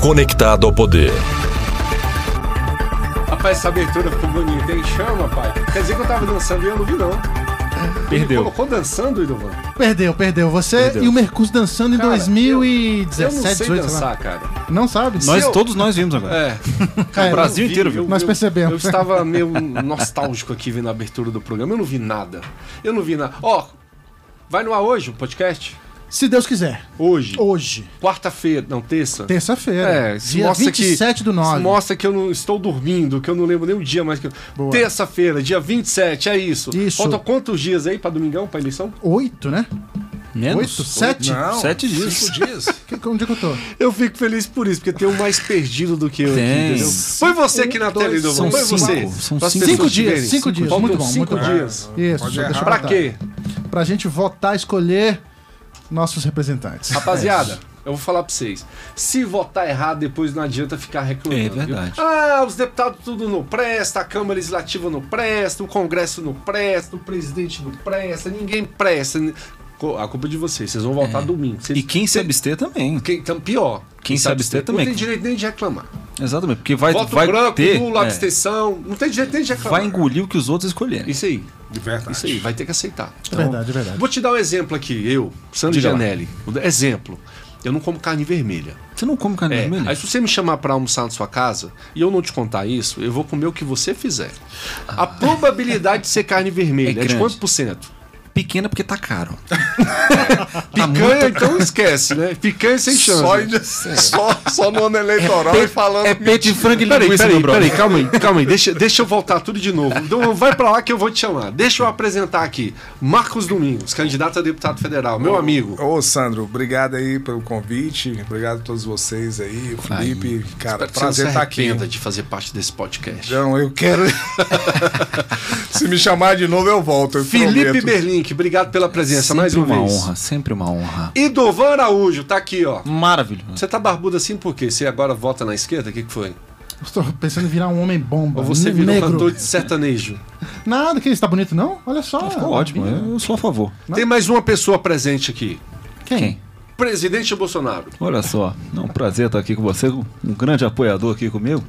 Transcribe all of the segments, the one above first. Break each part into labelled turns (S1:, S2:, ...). S1: conectado ao poder.
S2: Rapaz, essa abertura ficou bonita, hein? Chama, pai. Quer dizer que eu tava dançando e eu não vi, não. Ele
S3: Perdeu.
S2: colocou dançando, Idovan?
S4: Perdeu, perdeu. Você
S3: Perdeu.
S4: e o Mercúrio dançando em
S2: Cara,
S4: 2017,
S2: Eu não sei
S4: 18, sei lá.
S2: dançar, cara.
S4: Não sabe?
S3: Nós,
S2: Se eu-
S3: Todos nós vimos agora.
S2: É.
S4: Cara,
S3: o Brasil inteiro viu.
S4: Nós percebemos.
S2: Eu estava meio nostálgico aqui vendo a abertura do programa. Eu não vi nada. Eu não vi nada. Ó, vai no ar hoje o podcast?
S4: Se Deus quiser.
S2: Hoje.
S4: Hoje,
S2: Quarta-feira, não, terça.
S4: terça-feira.
S2: É, se mostra
S4: 27
S2: que,
S4: do 9.
S2: se mostra que eu não estou dormindo, que eu não lembro nem o dia mais que eu...
S4: Boa.
S2: Terça-feira, dia 27, é isso.
S4: Isso.
S2: Faltam quantos dias aí pra domingão, pra eleição?
S4: 8, né?
S3: Menos?
S4: 8? 7?
S5: Não,
S3: Sete dias.
S5: Cinco dias.
S4: Onde é que eu tô?
S2: Eu fico feliz por isso, porque tem um mais perdido do que eu. aqui,
S3: Tem.
S2: entendeu? Foi você aqui na
S4: dois,
S2: tela, Idovão.
S3: são
S2: Foi você.
S3: cinco, são
S2: Pra as
S3: cinco.
S2: pessoas
S4: Cinco dias,
S2: verem. Ah, tá.
S4: cinco dias.
S2: Faltam
S4: Muito bom,
S2: cinco
S4: muito bom.
S2: dias.
S4: Isso,
S5: Pode
S4: deixa eu
S5: errar.
S2: Pra
S4: botar.
S2: quê?
S4: Pra gente votar, escolher nossos representantes.
S2: Rapaziada, eu vou falar pra vocês. Se votar errado, depois não adianta ficar reclamando.
S3: É verdade.
S2: viu? Ah, os deputados tudo não presta, a Câmara Legislativa não presta, o Congresso não presta, o presidente não presta, ninguém presta. Co- A culpa é de vocês, vocês vão votar domingo. Vocês...
S3: E quem se abster também.
S2: Quem- então, pior.
S3: Quem se abster também.
S2: Não tem direito nem de reclamar.
S3: Exatamente, porque vai,
S2: Voto
S3: vai
S2: branco,
S3: ter...
S2: nulo,
S3: é,
S2: abstenção. Não tem direito nem de reclamar.
S3: vai engolir o que os outros escolherem.
S2: Isso aí,
S5: De verdade.
S2: isso aí, vai ter que aceitar.
S4: É verdade, é verdade.
S2: Vou te dar um exemplo aqui, eu, Sandro
S3: Diga lá.
S2: Gianelli. Exemplo. Eu não como carne vermelha.
S3: Você não come carne
S2: É,
S3: vermelha?
S2: aí se você me chamar pra almoçar na sua casa e eu não te contar isso, eu vou comer o que você fizer. A probabilidade de ser carne vermelha é, de
S3: Ah. grande.
S2: quanto por cento?
S3: Pequena porque tá caro. Tá
S2: Picanha, então esquece, né? Picanha sem chance.
S5: Só, ainda- só, só no ano eleitoral e falando.
S3: É peito de frango e
S2: Peraí,
S3: linguiça,
S2: peraí,
S3: meu brother.
S2: peraí, calma aí, calma aí, deixa, deixa eu voltar tudo de novo. Então vai pra lá que eu vou te chamar. Deixa eu apresentar aqui. Marcos Domingos, candidato a deputado federal, meu amigo.
S5: Ô, Sandro, obrigado aí pelo convite. Obrigado a todos vocês aí. O Felipe, cara,
S2: Espero que você
S5: prazer
S2: não se
S5: estar aqui.
S2: arrependa de fazer parte desse podcast.
S5: Então, eu quero. Se me chamar de novo, eu volto. Eu
S2: Felipe
S5: prometo.
S2: Berlink, obrigado pela presença
S3: É Sempre
S2: mais uma,
S3: uma
S2: vez.
S3: honra, sempre uma honra.
S2: Idovan Araújo, tá aqui, ó.
S3: Maravilhoso.
S2: Você tá barbudo assim por quê? Você agora vota na esquerda? O que, que foi?
S4: Estou pensando em virar um homem bomba.
S2: Ou você
S4: um
S2: virou
S4: negro.
S2: cantor de sertanejo?
S4: Nada que ele está bonito, não? Olha
S2: Ah,
S4: só.
S3: Ficou ótimo,
S2: é.
S3: eu, eu sou a favor.
S2: Tem mais uma pessoa presente aqui.
S4: Quem?
S2: Presidente Bolsonaro.
S3: Olha só, é um prazer estar aqui com você, um grande apoiador aqui comigo.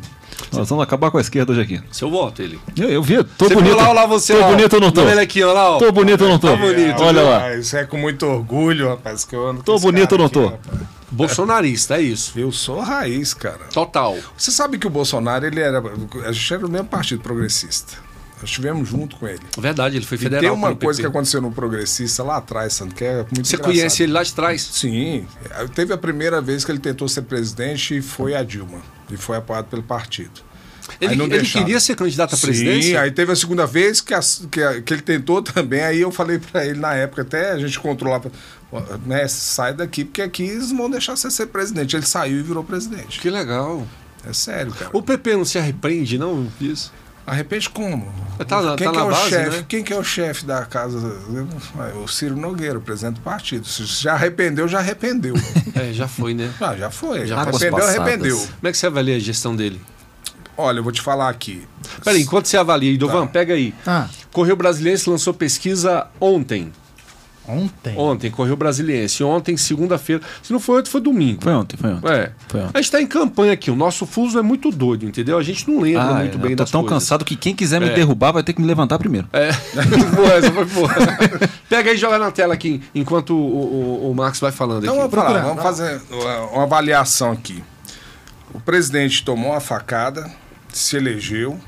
S3: Nós vamos acabar com a esquerda hoje aqui.
S2: Seu voto, ele.
S3: Eu, eu vi, tô
S2: Você
S3: bonito.
S2: viu lá, olha lá você,
S3: tô
S2: ó.
S3: bonito ou não tô?
S2: Olha ele aqui, olha lá, ó.
S3: Tô bonito ou não tô?
S2: Tá bonito,
S3: Olha
S5: viu,
S3: lá.
S5: rapaz? Isso é com muito orgulho, rapaz, que eu ando.
S3: Tô
S5: com esse
S3: bonito
S5: cara
S3: ou não
S5: aqui,
S3: tô?
S5: rapaz.
S2: Bolsonarista, é isso.
S5: Eu sou raiz, cara.
S2: Total.
S5: Você sabe que o Bolsonaro, ele era. A gente era do mesmo partido progressista. Nós estivemos junto com ele.
S2: Verdade, ele foi
S5: E
S2: federal.
S5: tem uma
S2: pelo
S5: coisa que
S2: PP.
S5: aconteceu no progressista lá atrás, Sandro, que é muito
S2: Você
S5: engraçado.
S2: conhece ele lá de trás?
S5: Sim. Teve a primeira vez que ele tentou ser presidente e foi a Dilma. E foi apoiado pelo partido.
S2: Ele,
S5: Aí não
S2: ele
S5: deixaram.
S2: queria ser candidato à
S5: Sim,
S2: presidência?
S5: aí teve a segunda vez que, as- que, a- que ele tentou também, aí eu falei pra ele na época, até a gente controlava, né, sai daqui, porque aqui eles não vão deixar você ser presidente. Ele saiu e virou presidente.
S2: Que legal.
S5: É sério, cara.
S2: O PP não se arrepende, não, disso?
S5: Arrepende como?
S2: Tá na-
S5: quem
S2: tá
S5: que
S2: na
S5: é o
S2: base,
S5: chefe?
S2: né?
S5: Quem que é o chefe da casa? É O Ciro Nogueira, o presidente do partido. Se já arrependeu, já arrependeu.
S2: É, já foi, né?
S5: Ah, já foi. Já
S3: Águas
S5: arrependeu,
S3: passadas.
S5: arrependeu.
S2: Como é que você avalia a gestão dele?
S5: Olha, eu vou te falar aqui.
S2: Peraí, enquanto você avalia, Idovan,
S5: Tá.
S2: pega aí.
S4: Ah,
S2: Correio Brasiliense lançou pesquisa ontem.
S4: ontem.
S2: Ontem, Correio Brasiliense. Ontem, segunda-feira. Se não foi ontem, foi domingo.
S3: Foi ontem, foi ontem.
S2: É.
S3: Foi ontem.
S2: A gente tá em campanha aqui. O nosso fuso é muito doido, entendeu? A gente não lembra
S3: Ah,
S2: muito
S3: eu
S2: bem
S3: tô
S2: das
S3: tão
S2: coisas.
S3: cansado que quem quiser me
S2: É.
S3: derrubar vai ter que me levantar primeiro.
S2: É. boa, essa foi boa. Pega aí e joga na tela aqui, enquanto o, o, o Max vai falando
S5: Então, vamos
S2: aqui.
S5: falar,
S4: Procurar.
S5: vamos fazer uma, uma avaliação aqui. O presidente tomou uma facada, se elegeu.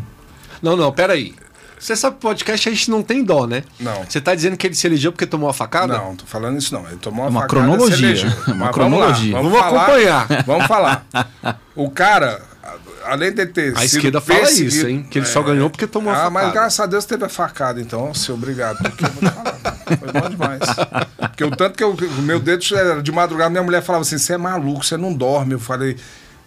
S2: Não, não, pera aí. Você sabe que podcast a gente não tem dó, né?
S5: Não.
S2: Você tá dizendo que ele se elegeu porque tomou a facada?
S5: Ah, Não, tô falando isso não. Ele
S2: É
S5: tomou uma,
S3: Uma
S5: facada,
S3: cronologia.
S5: se elegeu.
S3: Uma
S5: Mas
S3: cronologia.
S5: Vamos,
S2: Vamos
S5: lá, vamos falar,
S2: acompanhar.
S5: Vamos falar. O cara, a- além de ter
S2: A
S5: sido
S2: esquerda fala
S5: perseguido-
S2: isso, hein? Que ele só ganhou porque tomou a
S5: Ah,
S2: facada.
S5: mas graças a Deus teve a facada, então, seu obrigado. Porque eu vou te falar, né? foi bom demais. Porque o tanto que eu, o meu dedo era de madrugada, minha mulher falava assim: você é maluco, você não dorme. Eu falei.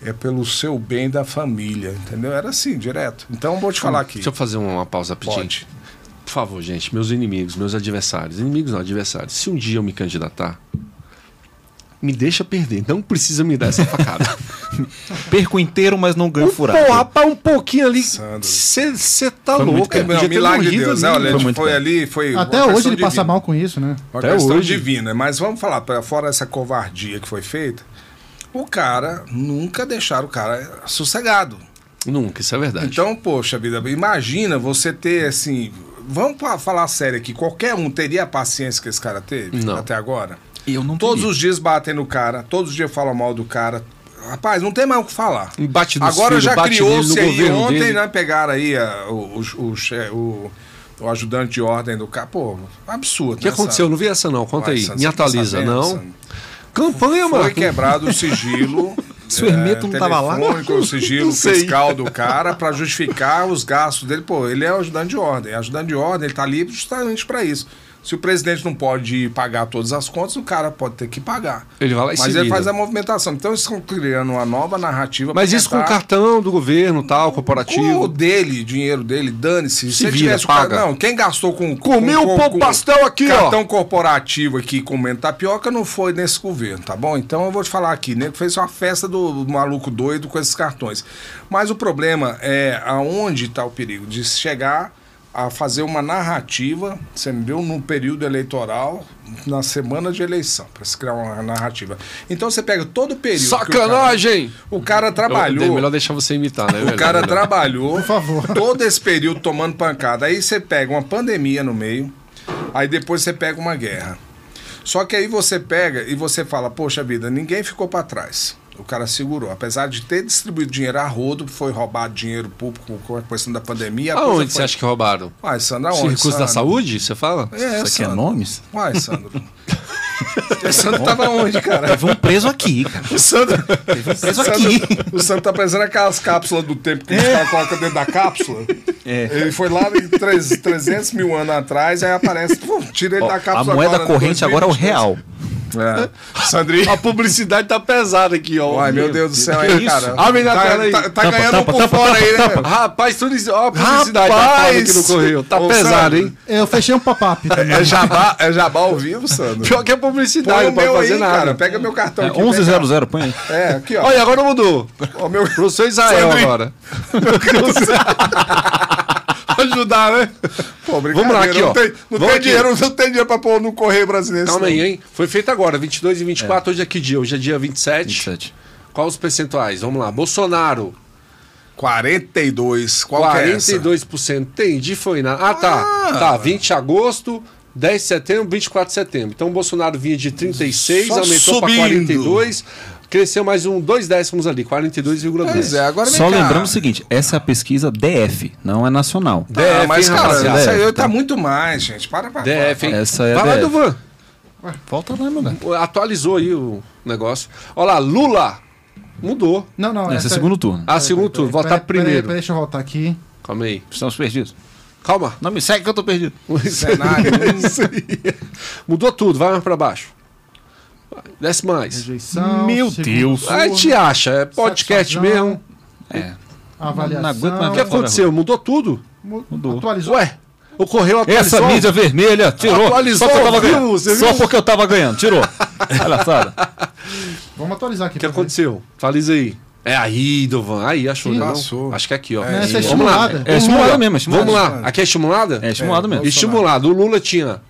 S5: É pelo seu bem da família, entendeu? Era assim, direto. Então, vou te falar aqui.
S2: Deixa eu fazer uma, uma pausa rapidinho.
S5: Pode.
S2: Por favor, gente, meus inimigos, meus adversários. Inimigos não, adversários. Se um dia eu me candidatar, me deixa perder. Não precisa me dar essa facada.
S3: Perco inteiro, mas não ganho furado.
S2: Porra, rapaz, um pouquinho ali.
S5: Sandro.
S2: Você tá
S3: Foi muito
S2: louco.
S4: É,
S3: bem.
S2: podia ter
S5: Não, milagre de
S2: morrido
S5: Deus, né?
S2: ali.
S5: Olha,
S3: Foi
S5: ele
S3: muito
S5: foi
S3: bem.
S5: ali, foi. uma
S4: Até
S5: questão
S4: hoje ele
S5: divina.
S4: passa mal com isso, né?
S5: Uma
S2: Até
S5: questão
S2: hoje.
S5: divina. Mas vamos falar, pra, fora essa covardia que foi feita, o o cara, nunca deixaram o cara sossegado.
S2: Nunca, isso é verdade.
S5: Então, poxa vida, imagina você ter assim. Vamos pa- falar sério aqui, qualquer um teria a paciência que esse cara teve
S2: Não.
S5: até agora?
S3: Eu não
S5: Todos
S3: teria.
S5: os dias batem no cara, todos os dias falam mal do cara. Rapaz, não tem mais o que falar.
S2: Bate nos
S5: Agora
S2: filhos,
S5: já
S2: bate
S5: criou-se
S2: nele, no
S5: aí,
S2: governo
S5: ontem
S2: dele.
S5: né, pegaram aí a- o, o- o che- o- o ajudante de ordem do cara. Pô, absurdo.
S2: O que aconteceu? Eu Não vi essa não, conta aí. Me atualiza, não. Campanha, mano.
S5: tá Foi quebado o sigilo. é,
S3: Se o Hermeto não tava lá?
S5: telefônico, O sigilo
S2: Não sei.
S5: fiscal do cara para justificar os gastos dele. Pô, ele é o ajudante de ordem. Ajudante de ordem, ele tá ali justamente para isso. Se o presidente não pode pagar todas as contas, o cara pode ter que pagar.
S2: Ele vai lá e
S5: Mas
S2: se
S5: ele
S2: vira.
S5: faz a movimentação. Então eles estão criando uma nova narrativa.
S2: Mas
S5: pra
S2: isso com o
S5: tentar-
S2: cartão do governo, tal,
S5: com o
S2: corporativo.
S5: dele, dinheiro dele, dane-se. Se,
S2: Se
S5: ele
S2: vira,
S5: tivesse o cara-
S2: paga.
S5: Não, quem gastou com.
S2: Comeu
S5: com,
S2: o pão pastel aqui, ó.
S5: Cartão corporativo aqui comendo tapioca não foi nesse governo, tá bom? Então eu vou te falar aqui, né? Fez uma festa do, do maluco doido com esses cartões. Mas o problema é aonde está o perigo de chegar a fazer uma narrativa, você me viu, num período eleitoral, na semana de eleição, para se criar uma narrativa. Então você pega todo o período. que o cara-
S2: Sacanagem!
S5: O cara, trabalhou.
S2: É melhor deixar você imitar, né?
S5: O cara
S2: trabalha.
S5: trabalhou
S4: favor.
S5: todo esse período tomando pancada. Aí você pega uma pandemia no meio, aí depois você pega uma guerra. Só que aí você pega e você fala: Poxa vida, ninguém ficou pra trás. O cara segurou. Apesar de ter distribuído dinheiro a rodo, foi roubado dinheiro público com a questão da pandemia. a coisa
S2: Aonde você
S5: foi-
S2: acha que roubaram?
S5: Uai, Sandro, aonde?
S2: Os recursos da
S5: Sandro?
S2: saúde, você fala?
S5: É,
S3: Isso aqui é
S5: Sandro.
S3: nomes?
S5: Uai, Sandro. O Sandro tava onde, cara?
S3: Teve um preso aqui, cara.
S5: O Sandro,
S3: preso
S5: o Sandro-
S3: um aqui.
S5: o Sandro tá parecendo aquelas cápsulas do tempo que o cara coloca dentro da cápsula.
S3: É.
S5: Ele foi lá em três- 300 mil anos atrás, aí aparece, pô, tira ele
S3: Ó,
S5: da
S3: a
S5: cápsula
S3: moeda
S5: agora,
S3: corrente agora é o
S5: 2022.
S3: real.
S5: É. Sandrinho.
S2: A publicidade tá pesada aqui, ó.
S5: Ai, meu Deus do céu,
S3: que é
S5: aí,
S3: isso?
S5: cara.
S2: Abre na
S5: tá,
S2: tela aí.
S5: Tá, tá
S3: Tampa,
S5: ganhando um
S3: tampa,
S5: por
S3: tampa,
S5: fora aí, né?
S3: tampa.
S2: Rapaz, tudo isso. Ó, a publicidade tá
S5: Rapaz!
S2: da Paula que não correu. Tá
S5: Ô,
S2: pesado,
S5: Sandro.
S2: hein?
S4: Eu fechei um pop-up também.
S5: É jabá, é jabá ao vivo, Sandro?
S2: Pior que a
S5: Põe
S2: publicidade,
S5: o
S2: não pode
S5: meu
S2: fazer
S5: aí,
S2: nada.
S5: cara. Pega meu cartão
S3: É,
S5: aqui. vem cá.
S3: 1100, põe aí.
S5: É, aqui, ó.
S2: Olha, agora mudou.
S5: Ó, meu...
S2: Professor Israel
S5: Sandrinho.
S2: agora. Ajudar, né?
S5: Pô,
S2: Vamos lá, aqui,
S5: não
S2: ó.
S5: Tem, não,
S2: Vamos
S5: tem
S2: aqui.
S5: dinheiro, não tem dinheiro pra pôr no Correio Brasileiro.
S2: Calma
S5: senão-
S2: aí, hein? Foi feito agora, 22 e 24. Hoje é que dia? Hoje é dia 27.
S3: 27.
S2: Qual os percentuais? Vamos lá. Bolsonaro,
S5: 42. Qual que é essa?
S2: 42%. Entendi, foi na. Ah, tá. tá, 20 de agosto, 10 de setembro, 24 de setembro. Então o Bolsonaro vinha de 36,
S5: Só
S2: aumentou para
S5: subindo.
S2: 42, cresceu mais um, dois décimos ali, 42,2.
S5: Pois é, agora vem
S3: Só
S5: cá.
S3: lembrando o seguinte, essa é a pesquisa DF, não é nacional.
S5: Tá,
S2: DF,
S5: mas,
S2: hein,
S5: cara,
S2: rapaziada?
S5: isso aí
S3: DF,
S5: tá
S3: tá.
S5: muito mais, gente. Para pra
S2: DF, hein?
S3: Essa é
S2: Vai lá,
S3: DF.
S2: Duvan.
S3: Volta lá, meu velho.
S2: Atualizou aí o negócio. Olha lá, Lula. Mudou.
S4: Não, não.
S3: Esse é o segundo turno.
S2: Ah, segundo turno, votar primeiro.
S4: Peraí, deixa eu voltar aqui.
S2: Calma aí.
S3: Estamos perdidos.
S2: Calma.
S3: Não me segue que eu tô perdido.
S5: Cenário.
S4: É
S2: Isso aí. Mudou tudo, vai mais pra baixo. Desce
S4: É
S2: mais.
S4: Rejeição.
S3: Meu
S4: segundo
S3: Deus.
S4: turno,
S2: Aí te acha, é podcast
S4: satisfação,
S2: mesmo.
S3: É.
S4: Avaliação.
S3: Não aguento mais
S2: O que
S3: ver.
S2: aconteceu? Mudou tudo?
S4: Mudou. Atualizou.
S2: Ué, ocorreu
S3: Essa
S2: atualizou?
S3: mídia vermelha tirou.
S2: Atualizou
S3: só porque eu tava
S2: ao vivo,
S3: ganhando.
S2: você
S3: Só
S2: viu?
S3: porque eu tava ganhando, tirou. Palhaçada.
S4: Vamos atualizar aqui.
S2: O que
S4: pra ver.
S2: aconteceu? Atualiza aí. É aí, Dovan. Aí, achou,
S4: Ih,
S2: né, não?
S5: passou.
S2: Acho que é aqui, ó.
S4: essa
S5: É,
S4: é
S2: Vamos
S4: estimulada.
S2: lá.
S3: É estimulada mesmo, é estimulada.
S2: Vamos lá. Aqui é estimulada?
S3: É estimulado mesmo.
S2: Estimulado. O Lula tinha...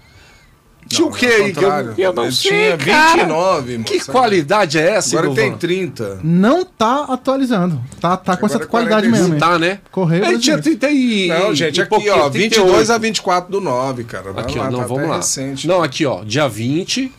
S2: Tinha o quê aí? que eu-
S5: Eu não tinha
S2: cara.
S5: 29, mano.
S2: Que qualidade é essa,
S5: Agora ele tem
S2: Dovan?
S5: 30.
S4: Não tá atualizando. Tá, tá com
S5: Agora
S4: essa
S5: é
S4: qualidade
S5: 45.
S4: mesmo. hein?
S2: Tá, né?
S4: Correio
S2: Ele tinha
S4: brasileiro.
S2: 30 e...
S5: Não, gente,
S2: e
S5: aqui,
S2: um pouquinho,
S5: ó, 22
S2: 38.
S5: a 24 do 9, cara. Vai
S2: Aqui, ó,
S5: lá,
S2: não,
S5: tá
S2: vamos
S5: até
S2: lá.
S5: recente.
S2: Não, aqui, ó, dia 20,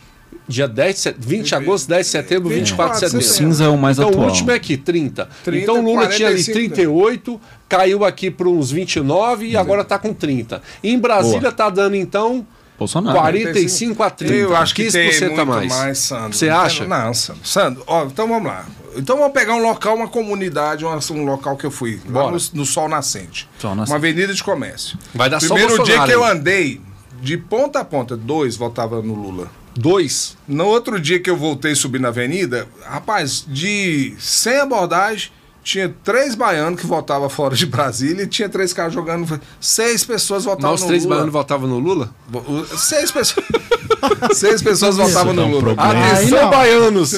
S2: dia 10 de set- 20 de agosto, 10 de setembro, 24 de setembro.
S5: É.
S3: Cinza é o mais
S2: então,
S3: atual.
S2: o último é aqui, 30.
S5: 30,
S2: então, o Lula tinha ali
S5: 45, né?
S2: 38, caiu aqui para uns 29 e agora tá com 30. Em Brasília
S3: Boa.
S2: tá dando, então,
S3: Bolsonaro.
S2: 45 a 30.
S5: Eu acho que tem
S2: 15%
S5: muito
S2: a
S5: mais.
S2: mais.
S5: Sandro.
S2: Você acha?
S5: Não, Sandro. Sandro, ó, então vamos lá. Então vamos pegar um local, uma comunidade, uma- um local que eu fui. Lá
S2: Bora.
S5: no, no Sol Nascente.
S3: Sol Nascente.
S5: Uma avenida de comércio.
S2: Vai dar só
S5: Primeiro dia
S2: Bolsonaro,
S5: que eu
S2: hein?
S5: andei, de ponta a ponta, dois votavam no Lula.
S2: Dois.
S5: No outro dia que eu voltei subir na avenida, rapaz, de 100 abordagem, tinha três baianos que votavam fora de Brasília e tinha três caras jogando. Seis pessoas votavam
S2: Mas os
S5: Tá no
S2: três
S5: Lula.
S2: baianos votavam no Lula?
S5: Vo- o- Seis pessoas. seis pessoas
S3: Isso
S5: votavam no
S3: dá um
S5: Lula.
S3: problema.
S5: Ah,
S4: Aí não.
S2: baianos!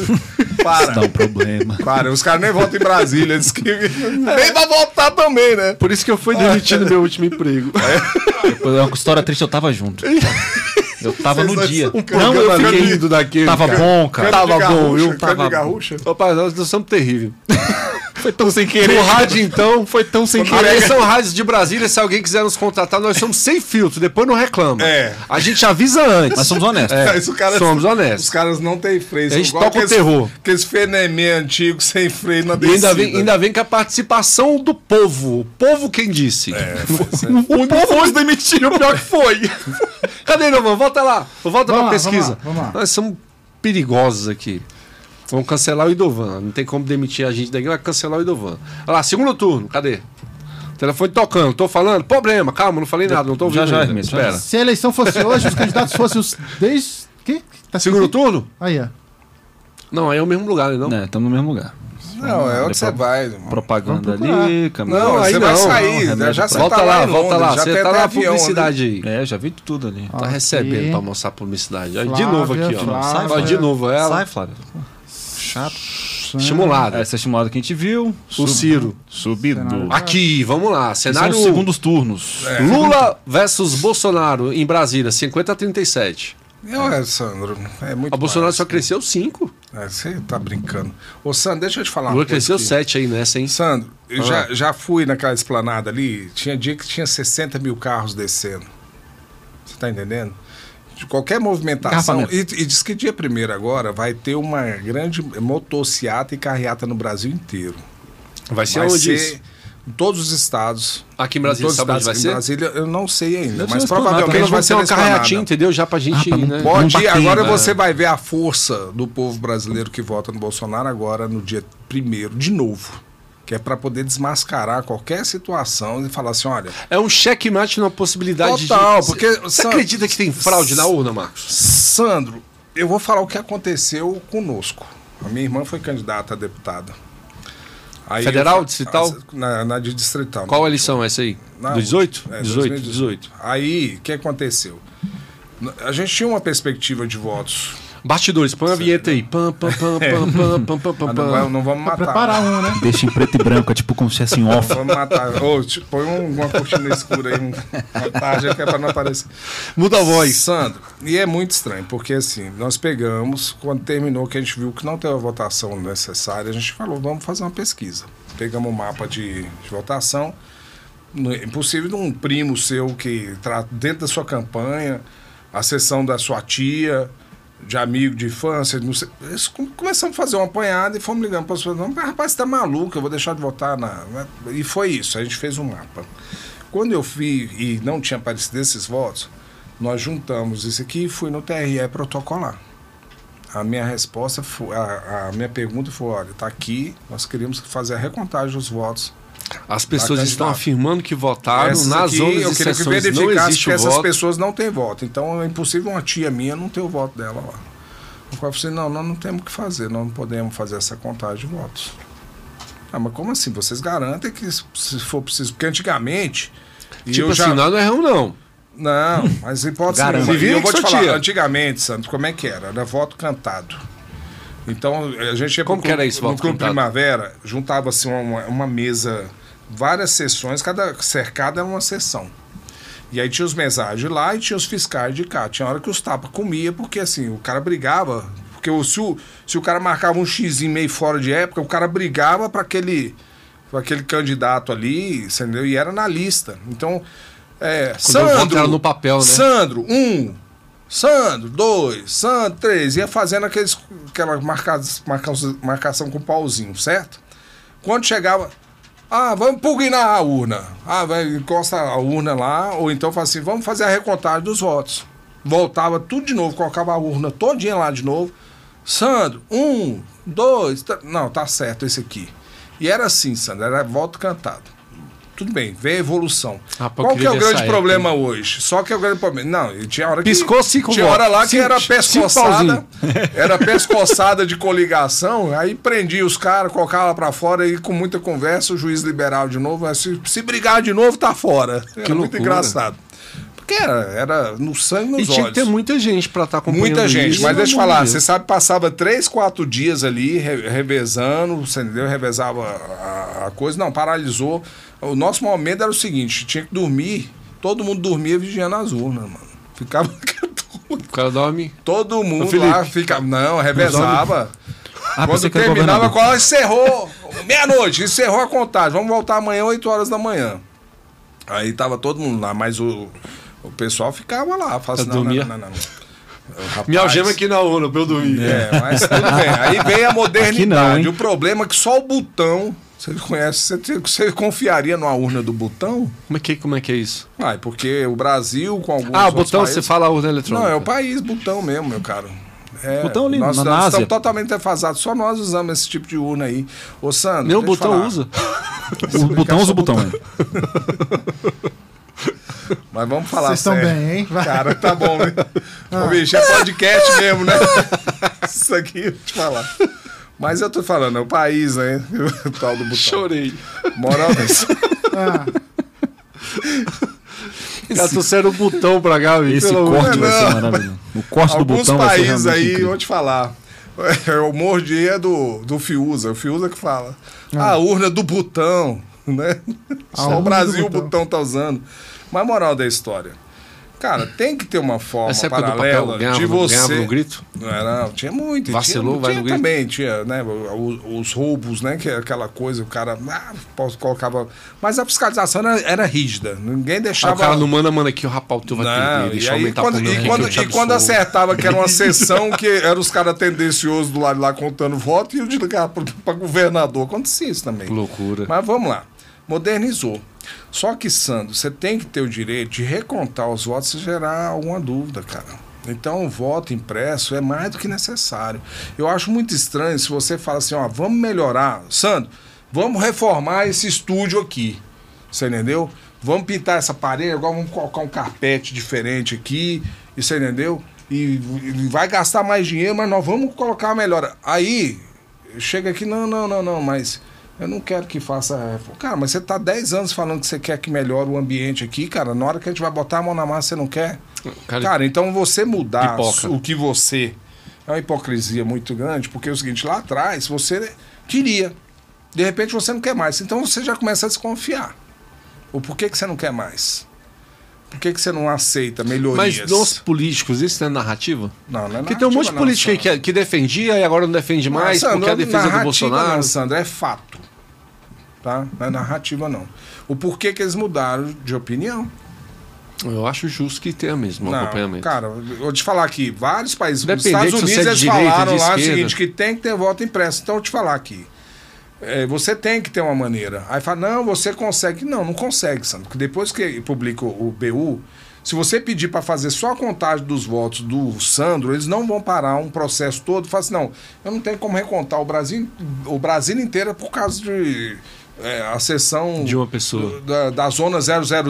S5: para.
S3: Dá um problema.
S5: Para, os caras nem votam em Brasília, eles que
S2: É.
S5: nem pra votar também, né?
S2: Por isso que eu fui demitido do meu último emprego.
S3: É uma história triste, eu tava junto. Eu tava no
S5: Vocês
S3: dia.
S5: dois são
S3: não, eu
S2: Programa
S3: fiquei.
S2: lindo daquele,
S3: Tava
S2: cara.
S3: bom, cara.
S2: Tava
S5: Cândido
S2: bom,
S5: Garrucha,
S2: viu?
S5: Cândido
S3: Tava-
S5: Garrucha.
S2: Opa, nós nós somos terrível.
S3: Foi tão sem querer.
S2: No rádio, então, foi
S3: tão sem
S2: Atenção, rádios de Brasília, se alguém quiser nos contratar, nós somos sem filtro, depois não reclama.
S5: É.
S2: A gente avisa antes.
S3: Nós somos honestos.
S2: É.
S5: Isso, o cara-
S2: Somos
S5: Os
S2: honestos.
S5: caras não têm freio.
S2: A gente
S5: são igual
S2: toca o
S5: aqueles-
S2: terror.
S5: Aqueles fenemê antigos sem freio na
S2: E ainda vem,
S5: descida.
S2: ainda vem com a participação do povo. O povo quem disse.
S3: O povo nos demitiu.
S2: O pior que foi. Cadê, Norman? Volta lá. Volta
S4: Vamos
S2: pra
S4: lá,
S2: pesquisa.
S4: vamos lá, vamos lá.
S2: Nós somos perigosos aqui. Vamos cancelar o Idovan. Não tem como demitir a gente daqui, vai cancelar o Idovan. Olha lá, segundo turno. Cadê? Telefone tocando. Tô falando? Problema. Calma, não falei nada. Não tô
S3: Já,
S2: ouvindo
S3: já,
S2: ainda.
S3: Hermes, já.
S2: Espera.
S4: Se a eleição fosse hoje, os candidatos fossem os. Desde. Que? Tá
S2: Segundo
S4: escrito
S2: turno?
S4: Aí, ó.
S2: Não, aí é o mesmo lugar, né? Não?
S3: É, estamos no mesmo lugar.
S5: Não, é onde
S3: Depois-
S5: você vai. irmão.
S3: Propaganda
S4: Vamos procurar.
S3: ali, câmera.
S5: Não,
S2: Não, aí
S5: você vai
S2: não.
S5: sair.
S3: Não,
S5: né? já
S3: um remédio
S5: você
S2: Volta
S5: tá
S2: lá,
S5: em
S2: volta
S5: Londres,
S2: lá.
S5: já
S2: Você
S5: tem
S2: tá
S5: até
S2: na
S5: avião, né?
S2: publicidade aí.
S3: É, já vi tudo ali.
S2: Tá
S4: Aqui.
S2: recebendo pra mostrar publicidade. Aí, de
S4: Flávia,
S2: novo aqui, ó.
S4: Flávia.
S2: Sai, ó, de novo ela.
S3: Sai, Flávio. Chato.
S2: Estimulada.
S3: Essa estimulada que a gente viu.
S2: O Ciro.
S3: Subido.
S5: Ah,
S3: é
S4: Cenário.
S2: Aqui, vamos lá.
S5: é
S3: São
S2: Cenário
S3: os segundos turnos.
S2: Lula versus Bolsonaro em Brasília, 50 a 37.
S5: Não, é, Sandro. É muito
S2: A Bolsonaro
S5: mais.
S2: só cresceu 5.
S5: É, Você tá brincando. Ô, Sandro, deixa eu te falar uma
S2: Lula
S5: coisa
S2: cresceu
S5: aqui.
S2: 7 aí nessa, hein?
S5: Sandro, eu
S2: Ah.
S5: já, já fui naquela esplanada ali, tinha dia que tinha 60 mil carros descendo. Você tá entendendo? De qualquer movimentação.
S3: Engarrafamento.
S5: E, e diz que dia primeiro agora vai ter uma grande motociata e carreata no Brasil inteiro.
S2: Vai ser
S5: vai
S2: onde
S5: ser
S2: isso?
S5: em todos os estados.
S2: Aqui em
S5: Em
S2: Brasília,
S5: todos os
S2: sabe onde
S5: estados.
S2: vai
S5: Em
S2: ser?
S5: Brasília, eu não sei ainda,
S3: Deve
S5: mas
S3: ser na esplanada,
S2: Porque
S5: provavelmente
S2: nós
S5: vai
S2: vamos ter
S5: ser na
S2: uma carreatinha,
S5: esplanada.
S2: entendeu? Já pra gente
S3: pra
S2: ir,
S3: não-
S2: né?
S3: Bom,
S5: Pode ir.
S3: bacana.
S5: Agora você vai ver a força do povo brasileiro que vota no Bolsonaro agora no dia primeiro, de novo. Que é para poder desmascarar qualquer situação e falar assim, olha,
S2: É um checkmate numa possibilidade
S5: Total,
S2: de...
S5: porque-
S2: Você
S5: sabe-
S2: acredita que tem fraude na urna, Marcos?
S5: Sandro, eu vou falar o que aconteceu conosco. A minha irmã foi candidata a deputada. Aí
S2: Federal,
S5: eu- Ah,
S2: distrital?
S5: Na, na de distrital. né?
S2: Qual eleição é essa aí?
S5: Não,
S2: Do 18?
S5: é,
S2: 18,
S5: 2018.
S2: 18.
S5: Aí, o que aconteceu? N- A gente tinha uma perspectiva de votos.
S2: Bastidores, põe a vinheta aí. Pam, pam, pam, pam, pam, pam, pam, pam,
S5: Ah, Não,
S2: pam.
S5: vai- não vamos matar.
S4: Preparar um, né?
S3: Deixa em preto e branco, é tipo como se fosse em off.
S5: Vamos matar. Ô, te- põe um- uma cortina escura aí, um- uma tarja que é pra não aparecer.
S2: Muda a voz.
S5: Sandro, e é muito estranho, porque assim, nós pegamos, quando terminou, que a gente viu que não teve a votação necessária, a gente falou, vamos fazer uma pesquisa. Pegamos o mapa de, de votação. No- Impossível um primo seu que trata dentro da sua campanha, a sessão da sua tia, de amigo de infância, não sei. Isso, come- começamos a fazer uma apanhada e fomos ligando para as pessoas. "Não, mas, Rapaz, você tá maluco, eu vou deixar de votar na. na-" E foi isso, a gente fez um mapa. Quando eu fui e não tinha aparecido esses votos, nós juntamos isso aqui e fui no TRE protocolar. A minha resposta, foi, a, a minha pergunta foi: olha, tá aqui, nós queríamos fazer a recontagem dos votos
S2: As pessoas
S5: Tá
S2: estão
S5: candidato.
S2: afirmando que votaram
S5: essas
S2: nas
S5: aqui,
S2: zonas e
S5: eu queria que
S2: sessões não
S5: verificasse
S2: existe
S5: que
S2: o
S5: essas
S2: voto.
S5: pessoas não têm voto. Então é impossível uma tia minha não ter o voto dela lá. O qual eu falei, assim, não, nós não temos o que fazer, nós não podemos fazer essa contagem de votos. Ah, mas como assim? Vocês garantem que se for preciso. Porque antigamente. e
S2: Tipo
S5: eu
S2: assim, nós não erramos não.
S5: não, mas hipótese
S3: Garanto.
S5: nenhuma.
S2: Se
S5: E
S2: vira
S5: eu
S2: que
S5: vou te
S2: sua
S5: falar,
S2: tia.
S5: antigamente, Santos, como é que era? Era voto cantado. Então, a gente ia pro
S2: Como que
S5: clube-
S2: era isso,
S5: no
S2: voto
S5: Clube
S2: cantado?
S5: Primavera, juntava-se uma, uma mesa, várias sessões, cada cercada era uma sessão. E aí tinha os mesários de lá e tinha os fiscais de cá. Tinha hora que os tapas comia, porque assim, o cara brigava. Porque o- se, o, se o cara marcava um xizinho meio fora de época, o cara brigava para aquele, pra aquele candidato ali, você entendeu? E era na lista. Então,
S2: eu
S5: é,
S2: voto era
S5: Sandro,
S2: no papel, né?
S5: Sandro, um. Sandro, dois. Sandro, três. Ia fazendo aqueles, aquela marca, marca- marcação com pauzinho, certo? Quando chegava. Ah, vamos pugnar a urna. Ah, vai, encosta a urna lá, ou então fala assim, vamos fazer a recontagem dos votos. Voltava tudo de novo, colocava a urna todinha lá de novo. Sandro, um, dois, tr- não, tá certo esse aqui. E era assim, Sandro, era voto cantado. Tudo bem, vem a evolução.
S2: Ah, pô, eu
S5: Qual que
S2: queria
S5: é o
S2: ver
S5: grande
S2: essa época,
S5: problema hoje? Só que é o grande problema. Não, e tinha hora que.
S2: Piscou cinco
S5: Tinha
S2: votos.
S5: hora lá que
S2: Cinco-
S5: era
S2: cinco
S5: pescoçada.
S2: pauzinho.
S5: Era pescoçada de coligação, aí prendia os caras, colocava pra fora e com muita conversa o juiz liberal de novo. aí Se, se brigar de novo, tá fora. Era muito
S2: loucura.
S5: engraçado. Porque era, era no sangue
S2: E
S5: nos
S2: tinha
S5: olhos.
S2: que ter muita gente pra estar acompanhando
S5: Muita gente,
S2: isso.
S5: mas deixa eu
S2: Pelo amor
S5: falar,
S2: de
S5: você
S2: Deus.
S5: sabe, passava três, quatro dias ali re- revezando, você entendeu? Revezava a, a coisa, não, paralisou. O nosso momento era o seguinte: tinha que dormir, todo mundo dormia vigiando as urnas, mano. Ficava aquela turma
S2: O cara dorme.
S5: Todo mundo
S2: Felipe.
S5: lá fica. Não, revezava.
S3: Ah,
S5: Quando
S3: pensei que era
S5: terminava,
S3: governador.
S5: qual encerrou? Meia-noite, encerrou a contagem. Vamos voltar amanhã, 8 horas da manhã. Aí tava todo mundo lá, mas o, o pessoal ficava lá. Falava assim,
S2: Eu
S5: não, não,
S2: dormia.
S5: não, não, não. Rapaz,
S2: Me algema aqui na urna pra eu dormir.
S5: É, mas tudo bem. Aí vem a modernidade.
S3: Aqui não, hein?
S5: o problema é que só o botão. Você conhece, você, você confiaria numa urna do botão?
S2: Como, é que, como é que é isso?
S5: Ah, é porque o Brasil, com alguns.
S2: ah, o
S5: outros
S2: botão,
S5: países-
S2: você fala a urna
S5: Não,
S2: eletrônica.
S5: é o país botão mesmo, meu caro. É,
S3: Botão ali,
S5: nós
S3: na- na
S5: estamos
S3: Ásia.
S5: totalmente defasados. Só nós usamos esse tipo de urna aí. Ô, Sandro.
S2: Nem o
S5: deixa eu
S2: botão
S5: falar.
S2: usa.
S3: O botão usa o botão, né? hein?
S5: Mas vamos falar
S4: Vocês estão
S5: sério.
S4: bem, hein? Ah. Vai.
S5: Cara, tá bom, né? Ô, bicho, é podcast mesmo, né? Isso aqui, eu te falar. Mas eu tô falando, é o país, né? O tal do é botão.
S2: Chorei.
S5: Morales.
S4: Ah,
S2: Cara, trouxeram o botão pra cá, bicho.
S3: Esse
S2: Pelo amor
S3: corte
S2: de
S5: Deus.
S3: vai ser
S5: Não,
S3: maravilhoso. O corte do
S5: Alguns
S3: botão vai ser
S5: países
S3: realmente
S5: aí,
S3: incrível.
S5: vou te falar. Eu morro de é do, do Fiuza, o Fiuza que fala. A urna do botão, né?
S4: Ah.
S5: Só
S4: urna
S5: o
S4: do
S5: Brasil o
S4: botão.
S5: botão tá usando. Mas moral da história. Cara, tem que ter uma forma
S2: Essa época do
S5: paralela
S2: papel ganhava,
S5: de
S2: no-
S5: você.
S2: ganhava no grito?
S5: Não era, não, tinha muito. e
S2: Vacilou,
S5: tinha,
S2: vai
S5: tinha
S2: no grito.
S5: também, tinha, né? o- Os, roubos, né? Que era aquela coisa, o cara ah, posso- colocava. Mas a fiscalização era, era rígida. Ninguém
S2: Ah,
S5: deixava.
S2: o cara não manda, manda aqui, o rapaz, o teu vai
S5: tá Não,
S2: perder.
S5: e
S2: Deixa eu
S5: aí
S2: aumentar um
S5: quando,
S2: pro meu
S5: e
S2: aqui,
S5: quando,
S2: que eu te
S5: e quando
S2: absolvo.
S5: acertava que era uma sessão que eram os caras tendenciosos do lado de lá contando voto e o de ligar para governador. Acontecia isso também.
S2: Que loucura.
S5: Mas vamos lá. Modernizou. Só que, Sandro, você tem que ter o direito de recontar os votos se gerar alguma dúvida, cara. Então, o voto impresso é mais do que necessário. Eu acho muito estranho se você fala assim, ó, vamos melhorar. Sandro, vamos reformar esse estúdio aqui. Você entendeu? Vamos pintar essa parede, agora vamos colocar um carpete diferente aqui. E você entendeu? E, e vai gastar mais dinheiro, mas nós vamos colocar uma melhora. Aí, chega aqui, não, não, não, não, mas eu não quero que faça. reforma. Cara, mas você tá 10 anos falando que você quer que melhore o ambiente aqui, cara. Na hora que a gente vai botar a mão na massa, você não quer?
S2: Cara,
S5: Cara, então você mudar
S2: Pipoca.
S5: o que você. É uma hipocrisia muito grande, porque é o seguinte, lá atrás você queria. De repente você não quer mais. Então você já começa a desconfiar. O porquê que você não quer mais? Por que, que você não aceita melhorias?
S2: Mas dos políticos, isso não é narrativa?
S5: Não, não é
S2: Porque tem um monte de
S5: narrativa, não,
S2: político aí
S5: Sandro.
S2: que, que defendia e agora não defende mais
S5: Sandro,
S2: porque é a defesa do
S5: narrativa
S2: Bolsonaro.
S5: Não, Sandro, é fato. Tá? Não é narrativa, não. O porquê que eles mudaram de opinião.
S2: Eu acho justo que tenha mesmo um
S5: Não,
S2: acompanhamento.
S5: Cara, eu vou te falar aqui, vários países,
S2: Depende
S5: os Estados
S2: se
S5: Unidos,
S2: você é de
S5: eles
S2: direita,
S5: falaram
S2: de
S5: lá o
S2: esquerda.
S5: seguinte, que tem que ter voto impresso. Então, eu vou te falar aqui. É, você tem que ter uma maneira. Aí fala, não, você consegue. Não, não consegue, Sandro. Porque depois que publica o o BU, se você pedir para fazer só a contagem dos votos do Sandro, eles não vão parar um processo todo. Fala assim, não, eu não tenho como recontar o Brasil, o Brasil inteiro por causa de é, a sessão
S2: De uma pessoa.
S5: da, da zona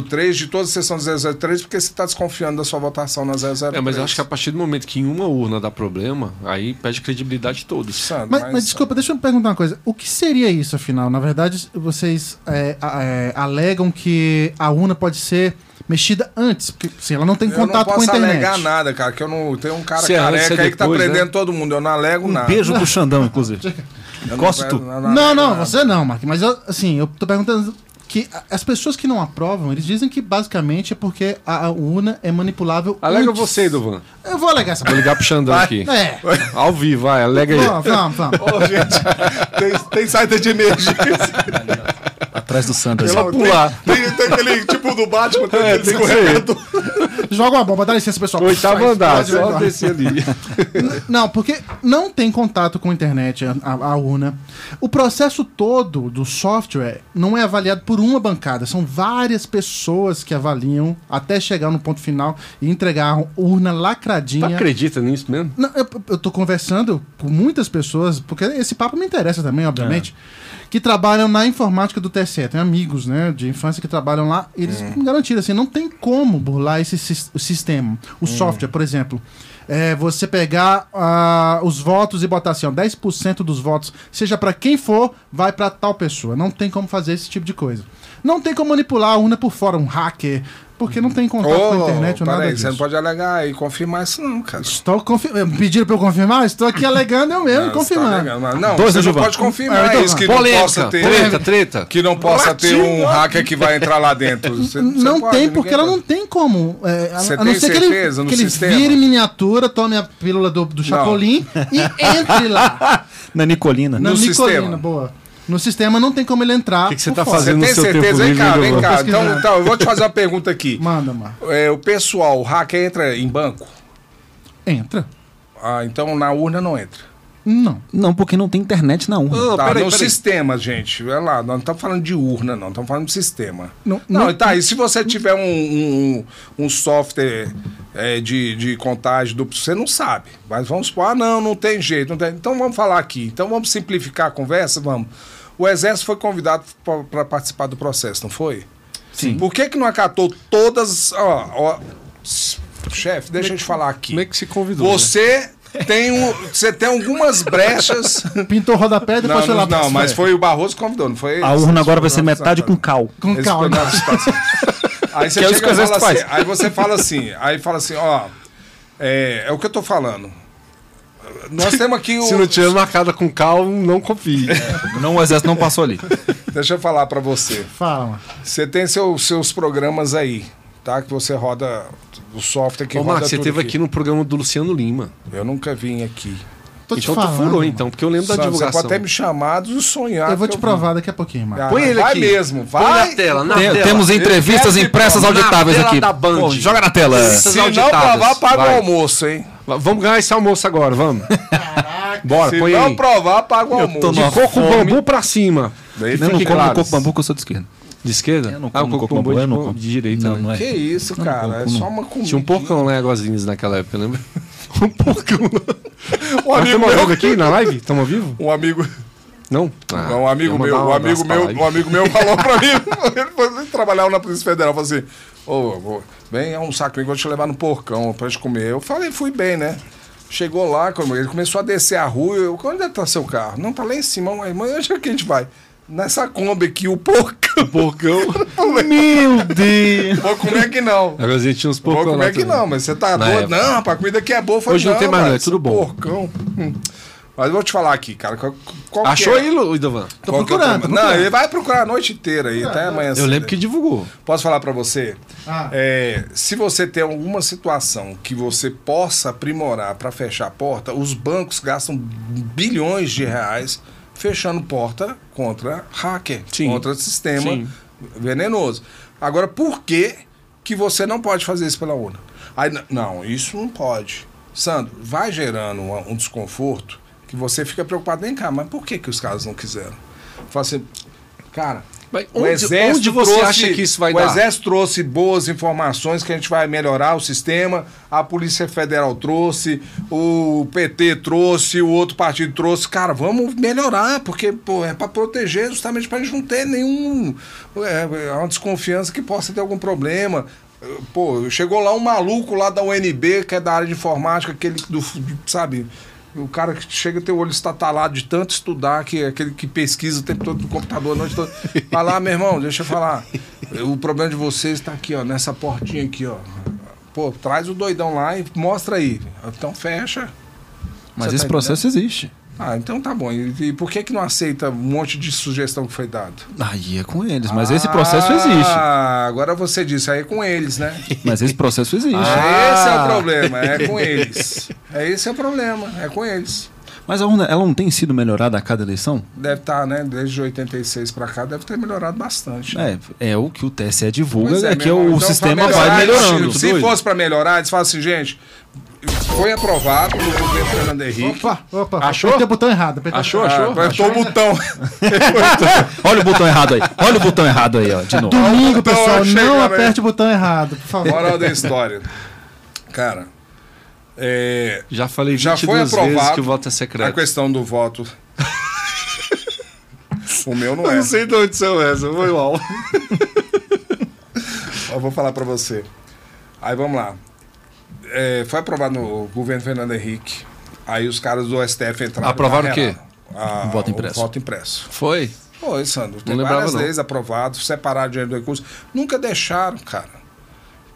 S5: 003, de toda a sessão 003, porque você está desconfiando da sua votação na 003.
S2: É, mas eu acho que a partir do momento que em uma urna dá problema, aí perde credibilidade de todos.
S5: Sandro,
S4: mas, mas desculpa, deixa eu me perguntar uma coisa. O que seria isso, afinal? Na verdade, vocês é, a- é, alegam que a urna pode ser mexida antes, porque assim, ela não tem
S5: Eu não
S4: contato com a
S5: posso
S4: internet.
S5: alegar nada, cara, que eu não. Tem um cara
S2: Se é antes,
S5: careca
S2: é
S5: aí que tá
S2: depois, Um
S5: prendendo todo mundo. Eu não alego nada.
S3: Beijo pro Xandão, inclusive.
S5: Eu
S3: Costa
S5: alego-
S3: tu.
S4: Não,
S5: alego
S4: não,
S5: nada.
S4: você não, Mark. Mas eu, assim, eu tô perguntando que a- as pessoas que não aprovam, eles dizem que basicamente é porque a, a urna é manipulável.
S2: Alega
S4: antes.
S2: você, Duvan.
S4: Eu vou alegar essa
S2: Vou ligar pro Xandão
S5: Vai.
S2: aqui.
S4: É.
S2: Ao vivo, vai, alega aí.
S4: Vamos, vamos, vamos.
S5: Ô, gente, tem, tem saída de emergência.
S3: Atrás do Sandro.
S5: Pelo amor-
S2: pular.
S5: Tem, tem aquele tipo do Batman, tem
S2: É,
S5: aquele
S2: tem que ser.
S5: escorregador.
S4: Joga uma bomba, dá licença, pessoal.
S5: tá
S2: Oitavo
S4: Faz-
S2: andar,
S4: pode
S2: só
S4: jogar.
S2: descer ali.
S4: Não, porque não tem contato com a internet, a, a- a urna. O processo todo do software não é avaliado por uma bancada, são várias pessoas que avaliam até chegar no ponto final e entregar a urna
S2: Tu
S4: lacradinha.
S2: acredita nisso mesmo?
S4: Não, eu, eu tô conversando com muitas pessoas, porque esse papo me interessa também, obviamente,
S5: É.
S4: que trabalham na informática do TSE. Tem amigos, né, de infância que trabalham lá. E eles
S5: É.
S4: me garantiram, assim, não tem como burlar esse sis- o sistema.
S5: É.
S4: O software, por exemplo. É, você pegar ah, os votos e botar assim, ó, 10% dos votos, seja pra quem for, vai pra tal pessoa. Não tem como fazer esse tipo de coisa. Não tem como manipular a urna por fora, um hacker porque não tem contato
S5: Ô,
S4: com a internet ou nada
S5: peraí,
S4: disso.
S5: você não pode alegar e confirmar isso, não, cara.
S4: Estou confi... eh, Pediram pra eu confirmar? Estou aqui alegando eu mesmo,
S5: Não, você tá
S4: confirmando.
S5: alegando, mas não,
S3: Dois,
S5: você
S3: né,
S5: não
S3: Gilvan?
S5: pode confirmar
S4: Ah, então
S5: isso,
S4: tá.
S5: que não possa
S2: Polêmica,
S5: ter.
S2: treta, treta.
S5: Que não possa ter um hacker que vai entrar lá dentro. Você- você
S4: não
S5: pode,
S4: tem,
S5: ninguém
S4: porque ela
S5: pode.
S4: não tem como. É, a,
S5: Você
S4: a
S5: tem
S4: não ser que ele,
S5: certeza no
S4: que ele
S5: sistema?
S4: vire miniatura, tome a pílula do, do Chapolin e entre lá.
S3: Na Nicolina.
S4: Na
S5: No
S4: Nicolina,
S5: sistema.
S4: boa. No sistema não tem como ele entrar.
S2: O que que você
S4: por
S2: tá
S4: fora.
S2: fazendo?
S5: Você
S2: no
S5: tem
S2: seu tempo
S5: certeza? Vem
S2: livre,
S5: cá,
S2: eu
S5: vem
S2: vou
S5: cá.
S4: pesquisar.
S5: Então, então, eu vou te fazer uma pergunta aqui.
S4: Manda, mano.
S5: É, o pessoal, o hacker entra em banco?
S4: Entra.
S5: Ah, então na urna não entra.
S4: Não.
S3: Não, porque não tem internet na urna.
S2: Não,
S5: tá,
S2: peraí,
S5: no
S2: peraí.
S5: sistema, gente. Olha lá, nós não estamos falando de urna, não. Estamos falando de sistema.
S4: Não,
S5: Não,
S4: não-
S5: tá. E se você tiver um, um, um software é, de, de contagem duplo, você não sabe. Mas vamos supor, ah, não, não tem jeito. não tem- Então vamos falar aqui. Então vamos simplificar a conversa, vamos. O Exército foi convidado para participar do processo, não foi?
S3: Sim.
S5: Por que, que não acatou todas. Ó, ó, s- chefe, deixa eu te falar aqui.
S2: Como é que se convidou? né?
S5: Você tem, um, você tem algumas brechas.
S4: Pintou o rodapé e depois
S5: Não,
S4: foi lá
S5: não,
S4: pra
S5: não, mas
S4: frente.
S5: foi o Barroso que convidou, não foi? tá
S3: A urna agora vai ser metade com cal.
S4: Com
S5: Esse
S4: calma.
S5: foi na situação. Aí você
S3: Que é isso que
S5: chega e
S3: às
S5: fala
S3: vezes
S5: assim,
S3: faz.
S5: aí você fala assim, aí fala assim, ó, é, é o que eu tô falando. Nós temos aqui o.
S2: Se não tiver marcada com calmo, não confie.
S3: Não, o exército não passou ali.
S5: Deixa eu falar pra você.
S4: Fala, mano.
S5: Você tem seu- seus programas aí, tá? Que você roda o software que
S2: Ô,
S5: roda
S2: Marcos, você
S5: tudo
S2: teve aqui no programa do Luciano Lima.
S5: Eu nunca vim aqui.
S4: Tô te
S2: então
S4: falando.
S2: tu furou,
S4: mano.
S2: então, porque eu lembro da
S5: Sabe, Você
S2: divulgação.
S5: pode até me chamar de sonhar.
S4: Eu vou
S5: que
S4: te provar daqui a pouquinho, mano.
S5: Ah,
S2: Põe ele
S5: vai
S2: aqui.
S5: mesmo, vai.
S2: Põe na tela, na
S3: Tem-
S2: tela.
S3: temos entrevistas
S5: Ele
S3: impressas
S2: deve-
S3: auditáveis
S2: na tela
S3: aqui.
S2: da Band.
S3: Pô, joga na tela.
S2: Sim.
S5: Se não
S2: auditadas.
S5: provar, paga o
S2: Vai.
S5: almoço, hein?
S2: V- Vamos ganhar esse almoço agora, vamos. Bora,
S5: Se
S2: põe
S5: não
S2: aí.
S5: provar, paga o
S3: Eu tô
S5: almoço.
S3: numa
S2: De coco
S3: fome.
S2: bambu pra cima.
S5: Daí
S3: Eu não
S2: Fique
S3: como
S2: claro.
S3: coco bambu, que eu sou de esquerda.
S2: De esquerda? Ah, o
S3: Ah, bambu, eu
S2: de,
S3: não
S2: co-
S3: como.
S2: de direita.
S3: Não,
S2: né?
S3: não é.
S5: Que isso,
S3: não,
S5: cara? É
S3: não.
S5: só uma comida.
S2: é Tinha um porcão lá em Aguazinhas naquela época, lembra? Um porcão.
S5: Um
S2: Nós
S5: amigo
S2: estamos ao vivo
S5: meu.
S2: aqui na live? Estamos ao vivo?
S5: Um amigo,
S2: Não?
S3: Ah,
S5: não, um amigo
S2: vou
S5: meu,
S2: mandar
S5: um amigo
S2: abraço pra
S5: meu,
S2: live.
S5: um amigo meu falou pra mim, ele foi trabalhar na Polícia Federal, falou assim: "Ô, vô, vem é um saco, eu vou te levar no porcão pra gente comer". Eu falei: "Fui bem, né?" Chegou lá, quando ele começou a descer a rua, eu, onde é que tá seu carro? Não, tá lá em cima, mas mãe, onde é que a gente vai? Nessa Kombi aqui, o porcão.
S2: Porcão.
S3: Meu Deus!
S5: Vou comer é que não.
S2: Aguazinhas tinha uns
S5: Vou
S2: porcão lá
S3: é
S5: comer que
S2: também.
S5: não, mas você tá
S2: Na
S5: doido.
S2: época.
S5: Não, rapaz, a comida aqui é boa. Eu falei,
S2: Hoje não tem mais, não, é
S5: rapaz,
S2: tudo bom.
S5: Porcão. Hum. Mas eu vou te falar aqui, cara. Qual, qual que
S2: Achou
S5: é?
S2: aí, Lu- Idovan?
S4: Tô
S5: Qual que é o
S4: procurando, tô
S5: problema? Não,
S4: procurando.
S5: ele vai procurar a noite inteira aí, até amanhã.
S2: Ah, Eu
S5: cedo.
S2: lembro que divulgou.
S5: Posso falar pra você?
S4: Ah.
S5: É, se você tem alguma situação que você possa aprimorar pra fechar a porta, os bancos gastam bilhões de reais fechando porta contra hacker,
S2: Sim.
S5: contra sistema
S2: Sim.
S5: venenoso. Agora, por que, que você não pode fazer isso pela ONU? Aí, n- não, isso não pode. Sandro, vai gerando uma- um desconforto que você fica preocupado. Vem cá, mas por que, que os caras não quiseram? Fala assim, cara,
S2: Mas
S5: o
S2: onde-
S5: exército
S2: onde você
S5: trouxe-
S2: acha que isso vai
S5: o
S2: dar?
S5: Exército trouxe boas informações que a gente vai melhorar o sistema, a Polícia Federal trouxe, o PT trouxe, o outro partido trouxe. Cara, vamos melhorar, porque pô, é para proteger justamente para a gente não ter nenhum. É, é uma desconfiança que possa ter algum problema. Pô, chegou lá um maluco lá da UNB, que é da área de informática, aquele do. sabe? O cara que chega a ter o olho estatalado de tanto estudar, que é aquele que pesquisa o tempo todo no computador, a noite toda. Vai lá, "Ah, meu irmão, deixa eu falar. O problema de vocês está aqui, ó, nessa portinha aqui, ó. Pô, traz o doidão lá e mostra aí. Então fecha.
S3: Mas
S5: Você
S3: esse
S5: tá
S3: processo existe.
S5: Ah, então tá bom. E, e por que que não aceita um monte de sugestão que foi dado?
S3: Aí é com eles, mas esse processo existe.
S5: Ah, agora você disse, aí é com eles, né?
S3: Mas esse processo existe.
S5: Esse é o problema, é com eles. É esse é o problema, é com eles.
S3: Mas a urna, ela não tem sido melhorada a cada eleição?
S5: Deve estar, né? Desde 86 pra cá, deve ter melhorado bastante. né?
S3: É, é o que o TSE divulga,
S5: Pois
S3: é, que
S5: meu
S3: o
S5: irmão. Então, pra
S3: sistema
S5: melhorar,
S3: vai melhorando.
S5: Se, se fosse pra melhorar, eles falam assim, gente, foi aprovado pelo governo Fernando Henrique.
S4: Opa, opa.
S2: Achou?
S4: Apertei o botão errado. apertei o
S2: Achou,
S4: botão
S2: achou?
S5: Ah, apertou o botão.
S3: Olha o botão errado aí. Olha o botão errado aí, ó, de novo.
S4: errado. Domingo,
S5: Botão
S4: pessoal,
S5: chega,
S4: não
S5: né?
S4: aperte o botão errado, por favor.
S5: Moral da história. Cara, é,
S2: Já falei
S5: Já
S2: 22
S5: foi
S2: vezes
S5: aprovado.
S2: que o voto é
S5: a
S2: secreto.
S5: questão do voto. o meu não
S2: Eu
S5: é.
S2: não sei de onde são essas, foi mal.
S5: Eu vou falar pra você. Aí vamos lá. É, foi aprovado no governo Fernando Henrique. Aí os caras do STF entraram.
S2: Aprovaram
S5: na
S2: o quê?
S5: real. Ah,
S3: O voto impresso.
S5: O voto impresso.
S2: Foi?
S5: Foi, Sandro. Tem
S2: lembrava,
S5: várias
S2: não.
S5: leis aprovadas, separaram dinheiro do recurso. Nunca deixaram, cara.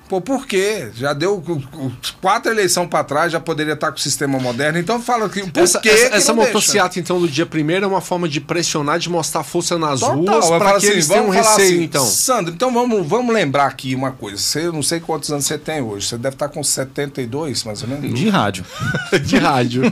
S5: Pô, por quê? Já deu cu- cu- quatro eleições pra trás, já poderia estar com o sistema moderno. Então fala que por
S2: Essa,
S5: quê
S2: essa,
S5: que
S2: essa
S5: não deixa?
S2: motociata, então, do dia primeiro é uma forma de pressionar, de mostrar força nas
S5: Total,
S2: ruas
S5: eu
S2: para
S5: falo
S2: que eles tenham um
S5: falar
S2: receio,
S5: assim,
S2: então.
S5: Sandro, então vamos, vamos lembrar aqui uma coisa. Você eu não sei quantos anos você tem hoje. Você deve estar com 72, mais ou menos.
S3: De rádio.
S2: De rádio.